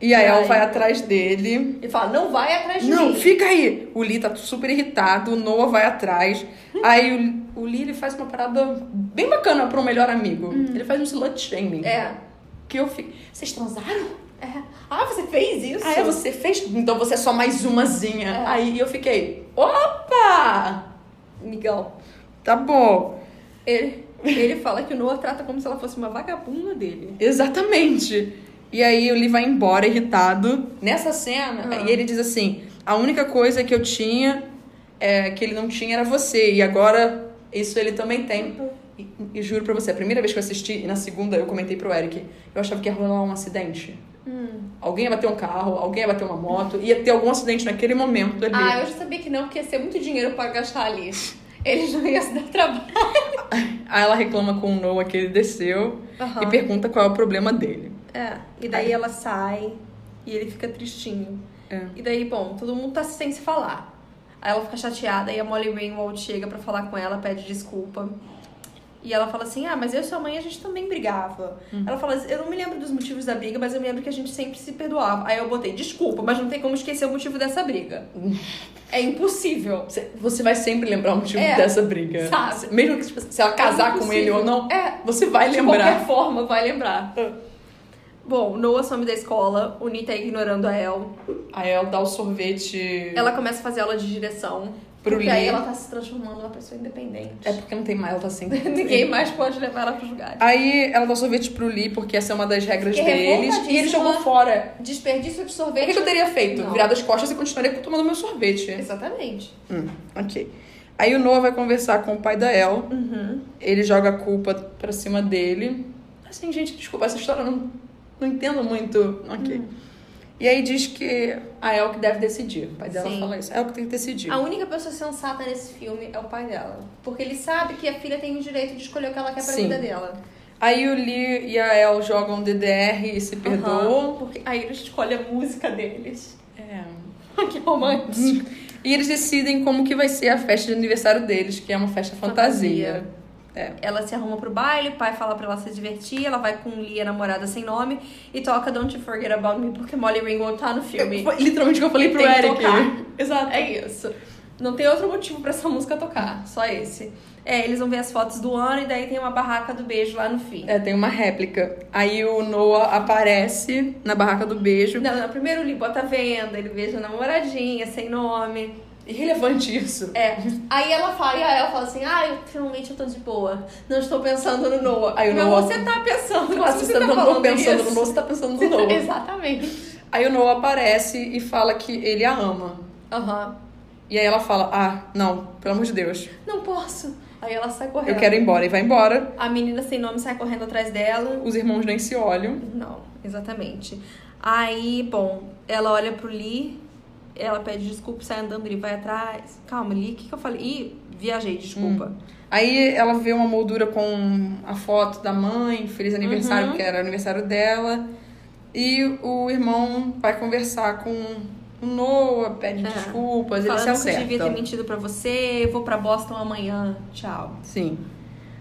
A: E a El
B: Ai.
A: vai atrás dele.
B: Ele fala, não vai atrás de
A: Não,
B: mim.
A: fica aí. O Lee tá super irritado, o Noah vai atrás. Aí o, o Lee ele faz uma parada bem bacana pro melhor amigo. Ele faz um slut shaming.
B: É.
A: Que eu fico. Vocês transaram?
B: É. Ah, você fez isso?
A: Ah, é, você fez? Então você é só mais umazinha.
B: É.
A: Aí eu fiquei. Opa!
B: Migão.
A: Tá bom.
B: Ele, ele fala que o Noah trata como se ela fosse uma vagabunda dele.
A: Exatamente. E aí o Lee vai embora irritado. Nessa cena,
B: Ah.
A: e ele diz assim: a única coisa que eu tinha é, que ele não tinha era você. E agora isso ele também tem. E, e juro pra você, a primeira vez que eu assisti, e na segunda eu comentei pro Eric, eu achava que ia rolar um acidente.
B: Hum.
A: Alguém ia bater um carro, alguém ia bater uma moto, ia ter algum acidente naquele momento ali.
B: Ah, eu já sabia que não, porque ia ser muito dinheiro para gastar ali. Eles não iam se dar trabalho.
A: Aí ela reclama com o Noah que ele desceu
B: Ah.
A: e pergunta qual é o problema dele.
B: É, e daí ela sai e ele fica tristinho.
A: É.
B: E daí, bom, todo mundo tá sem se falar. Aí ela fica chateada e a Molly Ringwald chega pra falar com ela, pede desculpa. E ela fala assim: Ah, mas eu e sua mãe a gente também brigava.
A: Hum.
B: Ela fala assim: Eu não me lembro dos motivos da briga, mas eu me lembro que a gente sempre se perdoava. Aí eu botei: Desculpa, mas não tem como esquecer o motivo dessa briga. é impossível.
A: Você- Você vai sempre lembrar o motivo
B: É.
A: dessa briga.
B: Sabe?
A: Mesmo que tipo, se ela casar com ele
B: impossível.
A: ou não, é, você vai
B: De
A: lembrar.
B: qualquer forma, vai lembrar.
A: Ah.
B: Bom, Noah some da escola, o Nita é ignorando a El.
A: Aí ela dá o sorvete.
B: Ela começa a fazer aula de direção.
A: Pro
B: porque aí
A: Lee.
B: ela tá se transformando numa pessoa independente.
A: É porque não tem mais, ela tá assim.
B: Ninguém mais pode levar ela pros lugares.
A: Aí ela dá o sorvete pro Lee, porque essa é uma das regras
B: Fiquei
A: deles. E ele
B: revoltadíssima.
A: jogou fora. O
B: Desperdício de
A: É que,
B: sorvete.
A: que eu teria feito?
B: Não.
A: Virado as costas e continuaria tomando meu sorvete.
B: Exatamente.
A: Hum, ok. Aí o Noah vai conversar com o pai da El. Ele joga a culpa pra cima dele. Assim, gente, desculpa, essa história eu não, não entendo muito. Ok.
B: Hum.
A: E aí diz que a El que deve decidir. O pai dela
B: Sim.
A: fala isso. A El que tem que decidir.
B: A única pessoa sensata nesse filme é o pai dela. Porque ele sabe que a filha tem o direito de escolher o que ela quer pra
A: Sim.
B: vida dela.
A: Aí o Lee e a El jogam DDR e se perdoam.
B: Aham, Porque aí ele escolhe a música deles.
A: É.
B: que
A: Hum,
B: romântico.
A: E eles decidem como que vai ser a festa de aniversário deles, que é uma festa fantasia. É.
B: Ela se arruma pro baile, o pai fala pra ela se divertir, ela vai com Lia, namorada sem nome, e toca Don't You Forget About Me, porque Molly Ringwald tá no filme.
A: Foi literalmente o que eu falei pro
B: Tem que
A: Eric.
B: tocar. Exato, é isso. Não tem outro motivo pra essa música tocar, só esse. É, eles vão ver as fotos do ano e daí tem uma barraca do beijo lá no fim.
A: É, tem uma réplica. Aí o Noah aparece na barraca do beijo.
B: Não, não, primeiro ele bota a venda, ele beija a namoradinha, sem nome.
A: Irrelevante isso.
B: É. Aí ela fala, e aí ela fala assim: ah, eu, finalmente eu tô de boa. Não estou pensando no Noah.
A: Aí o
B: Mas
A: Noah-
B: você tá pensando,
A: Ah,
B: mas
A: se você
B: você, tá
A: não tá
B: falando
A: pensando
B: isso.
A: no Noah, você tá pensando no Noah.
B: Exatamente.
A: Aí o Noah aparece e fala que ele a ama.
B: Aham.
A: E aí ela fala, ah, não, pelo amor de Deus,
B: Não posso. Aí ela sai correndo.
A: eu quero ir embora. E vai embora,
B: A menina sem nome sai correndo atrás dela.
A: os irmãos nem se olham.
B: Não, exatamente. Aí, bom, ela olha pro Lee, ela pede desculpa, sai andando, ele vai atrás. Calma, Lee, o que, que eu falei? Ih, viajei, desculpa.
A: Aí ela vê uma moldura com a foto da mãe, feliz aniversário,
B: Uhum.
A: porque era aniversário dela. E o irmão vai conversar com o Noah, pede
B: É.
A: desculpas, ele se
B: Falando que eu devia ter
A: acerta.
B: mentido pra você, eu vou pra Boston amanhã. Tchau.
A: Sim.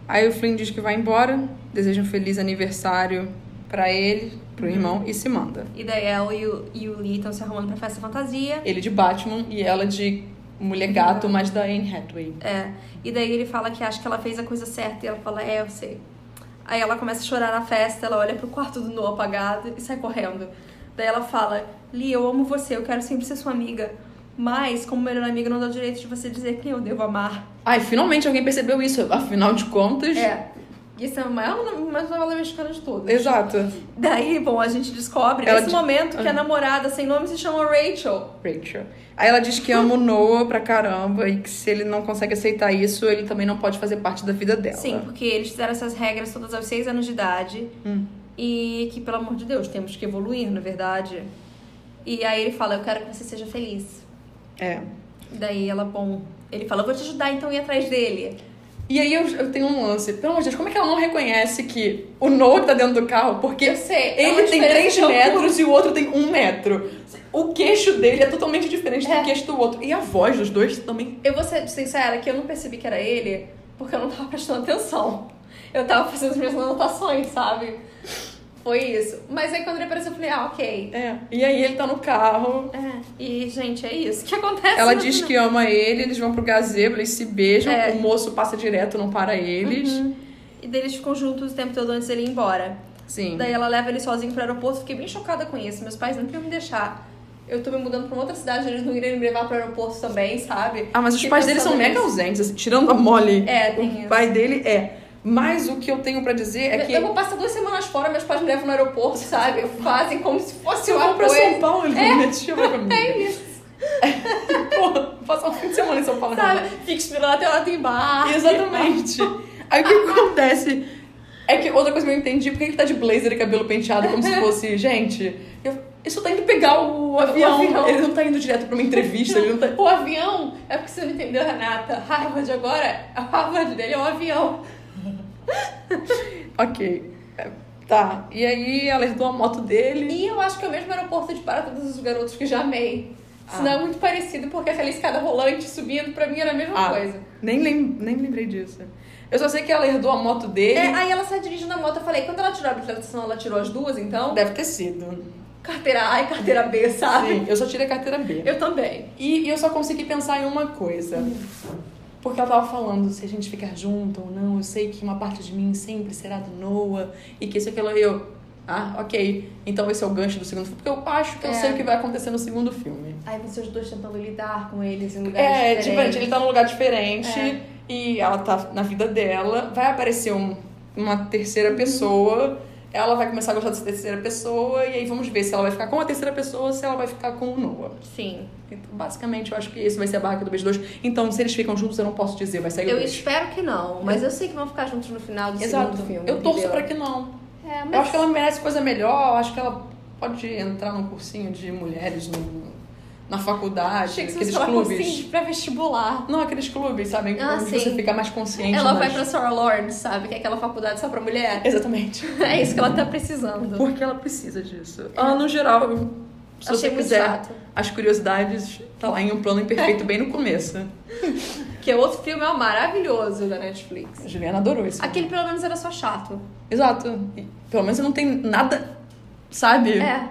A: Aí o Flynn diz que vai embora, deseja um feliz aniversário pra ele, pro
B: Uhum.
A: irmão, e se manda.
B: E daí ela e o, e o Lee estão se arrumando pra festa fantasia.
A: Ele de Batman e ela de mulher gato, mas da Anne Hathaway.
B: É. E daí ele fala que acha que ela fez a coisa certa e ela fala, é, eu sei. Aí ela começa a chorar na festa, ela olha pro quarto do Noah apagado e sai correndo. Daí ela fala, Lee, eu amo você, eu quero sempre ser sua amiga. Mas, como melhor amiga, não dá o direito de você dizer quem eu devo amar.
A: Ai, finalmente alguém percebeu isso, afinal de contas.
B: É. E essa é a maior no- mais novela mexicana de todas.
A: Exato.
B: Daí, bom, a gente descobre
A: Ela
B: nesse
A: di-
B: momento que a namorada sem nome se chama Rachel.
A: Rachel. Aí ela diz que ama o Noah pra caramba e que se ele não consegue aceitar isso, ele também não pode fazer parte da vida dela.
B: Sim, porque eles fizeram essas regras todas aos seis anos de idade.
A: Hum.
B: E que, pelo amor de Deus, temos que evoluir, na verdade. E aí ele fala, eu quero que você seja feliz.
A: É.
B: Daí ela, bom... Ele fala, eu vou te ajudar, então, a ir atrás dele.
A: E aí eu, eu tenho um lance. Pelo amor de Deus, como é que ela não reconhece que o Noah que tá dentro do carro? Porque
B: Eu sei, é
A: ele
B: uma
A: tem
B: diferença
A: 3
B: de altura.
A: metros e o outro tem 1 metro. O queixo dele é totalmente diferente
B: É.
A: do queixo do outro. E a voz dos dois também.
B: Eu vou ser sincera que eu não percebi que era ele porque eu não tava prestando atenção. Eu tava fazendo as minhas anotações, sabe? Foi isso. Mas aí quando ele apareceu, eu falei, ah, ok.
A: É. E aí ele tá no carro.
B: É. E, gente, é isso que acontece.
A: Ela
B: no
A: diz
B: final.
A: que ama ele, eles vão pro gazebo, eles se beijam,
B: É. Uhum.
A: o moço passa direto, não para eles.
B: E daí eles ficam juntos o tempo todo antes dele ir embora.
A: Sim.
B: Daí ela leva ele sozinho pro aeroporto. Fiquei bem chocada com isso. Meus pais não queriam me deixar. Eu tô me mudando pra uma outra cidade, eles não iriam me levar pro aeroporto também, sabe?
A: Ah, mas os
B: Fiquei
A: pais dele
B: pensando
A: são mega
B: nisso.
A: ausentes, assim, tirando a Molly.
B: É,
A: o
B: tem isso.
A: pai dele é. Mas o que eu tenho pra dizer é que
B: Eu vou passar duas semanas fora, meus pais me levam no aeroporto, sabe? Fazem como se fosse
A: se eu
B: uma
A: for pra
B: coisa.
A: São Paulo, ele vai me chamar comigo.
B: É isso,
A: Porra, passar um fim de semana em São Paulo.
B: sabe? Fica esperando até lá tem bar.
A: Exatamente. Aí o que acontece é que outra coisa que eu não entendi, por que ele tá de blazer e cabelo penteado como se fosse, gente, eu, isso tá indo pegar o avião.
B: avião.
A: Ele não tá indo direto pra uma entrevista, ele não tá
B: O avião, é porque você não entendeu, Renata. Harvard agora, a Harvard dele é um avião.
A: OK. É, Tá. E aí ela herdou a moto dele.
B: E eu acho que é o mesmo aeroporto de para todos os garotos que já amei. Senão
A: Ah.
B: é muito parecido, porque aquela escada rolante subindo, pra mim era a mesma
A: Ah,
B: coisa.
A: Nem, lem nem lembrei disso. Eu só sei que ela herdou a moto dele.
B: É, aí ela sai dirigindo a moto, eu falei, quando ela tirou a habilitação, ela tirou as duas, então?
A: ah, Deve ter sido.
B: Carteira A e carteira B, sabe?
A: Sim, eu só tirei a carteira B.
B: Eu também.
A: E, e eu só consegui pensar em uma coisa. Porque ela tava falando se a gente ficar junto ou não. Eu sei que uma parte de mim sempre será do Noah. E que isso e aquilo. E eu, ah, ok. Então esse é o gancho do segundo filme. Porque eu acho que eu
B: É.
A: sei o que vai acontecer no segundo filme.
B: Aí vocês dois tentando lidar com eles em lugares
A: É,
B: diferentes.
A: diferente. Ele tá num lugar diferente.
B: É.
A: E ela tá na vida dela. Vai aparecer um- uma terceira pessoa. Ela vai começar a gostar dessa terceira pessoa. E aí vamos ver se ela vai ficar com a terceira pessoa ou se ela vai ficar com o Noah.
B: Sim.
A: Então, basicamente, eu acho que isso vai ser a barraca do beijo 2. Então, se eles ficam juntos, eu não posso dizer, vai sair o
B: Eu
A: beijo.
B: espero que não, mas eu sei que vão ficar juntos no final do
A: Exato.
B: segundo filme.
A: eu torço
B: entendeu?
A: pra que não.
B: É, mas...
A: Eu acho que ela merece coisa melhor, eu acho que ela pode entrar num cursinho de mulheres no- na faculdade,
B: Achei que você
A: aqueles
B: falava
A: clubes.
B: assim, pra vestibular.
A: Não, aqueles clubes, sabe?
B: Ah,
A: onde
B: sim.
A: você fica mais consciente.
B: Ela vai
A: mais-
B: pra Sarah Lawrence, sabe? Que é aquela faculdade só pra mulher.
A: Exatamente.
B: É isso que ela tá precisando.
A: Porque ela precisa disso. Ah, no geral, se você
B: Achei muito
A: quiser,
B: chato.
A: as curiosidades tá lá em um plano imperfeito bem no começo.
B: Que outro filme é maravilhoso da Netflix.
A: A Juliana adorou isso.
B: Aquele pelo menos era só chato.
A: Exato. E, pelo menos não tem nada, sabe,
B: É.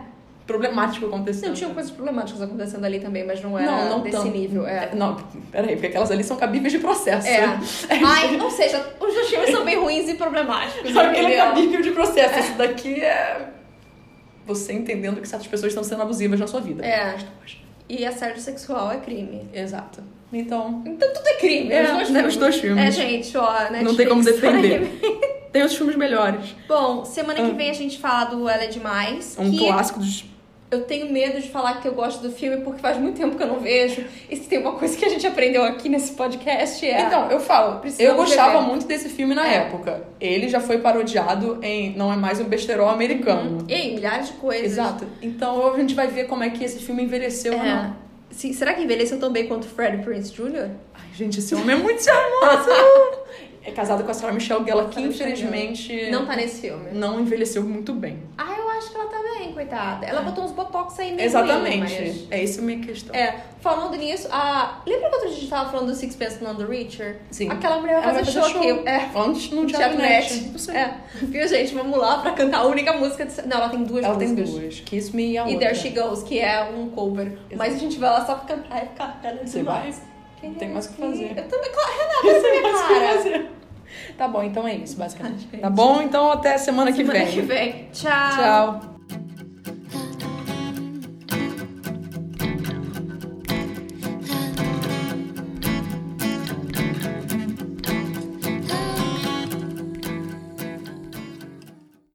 A: problemático acontecendo.
B: Não, tinham coisas problemáticas acontecendo ali também, mas não era
A: Não, não
B: desse
A: tanto.
B: nível. É.
A: Não, peraí, porque aquelas ali são cabíveis de processo.
B: É. Ai, ou seja, os dois filmes são bem ruins e problemáticos.
A: Aquele é
B: entendeu?
A: cabível de processo. Esse daqui é você entendendo que certas pessoas estão sendo abusivas na sua vida.
B: É. E assédio sexual é crime.
A: Exato. Então,
B: Então tudo é crime.
A: É,
B: os dois
A: né, os dois filmes.
B: É, gente, ó, Netflix.
A: não tem como
B: sabe?
A: defender. né? Tem outros filmes melhores.
B: Bom, semana que
A: Ah.
B: vem a gente fala do Ela é Demais.
A: Um
B: que
A: clássico dos...
B: Eu tenho medo de falar que eu gosto do filme porque faz muito tempo que eu não vejo. E se tem uma coisa que a gente aprendeu aqui nesse podcast é.
A: Então, eu falo, eu
B: Precisamos
A: gostava
B: rever.
A: muito desse filme na
B: É.
A: época. Ele já foi parodiado em Não é Mais um Besterol Americano.
B: Ei, milhares de coisas.
A: Exato. Então a gente vai ver como é que esse filme envelheceu ou não.
B: É. Sim, será que envelheceu tão bem quanto o Freddie Prince Jr.?
A: Ai, gente, esse homem é muito charmoso! é casado com a Sarah Michelle Gellar, que
B: Sarah Michelle
A: infelizmente
B: Não tá nesse filme.
A: não envelheceu muito bem.
B: Ah, eu acho que ela tá bem, coitada. Ela botou uns botox aí meio
A: É. Exatamente.
B: ruim, mas-
A: É isso a minha questão.
B: É, falando nisso, a... lembra que outro dia a gente tava falando do Sixpence None the Richer?
A: Sim.
B: Aquela mulher vai
A: Ela
B: fazer,
A: vai fazer
B: show
A: show.
B: aqui. É.
A: Antes no Teatro
B: Teatro
A: Net.
B: Net.
A: Não sei.
B: É. Viu, gente? Vamos lá pra cantar a única música. De... Não, ela tem duas
A: Ela tem
B: músicas.
A: duas. Kiss Me e a
B: E
A: outra.
B: There She Goes, que é um cover. Mas a gente vai lá só pra cantar e ficar ela é
A: Você
B: demais. Quem
A: Tem
B: é
A: mais o que
B: você?
A: fazer.
B: Eu também, claro, Renata, essa é minha
A: Mas que
B: cara.
A: fazer? Tá bom, então é isso, basicamente.
B: gente.
A: Tá bom? Então até semana que
B: Semana
A: vem.
B: que vem. Tchau.
A: Tchau.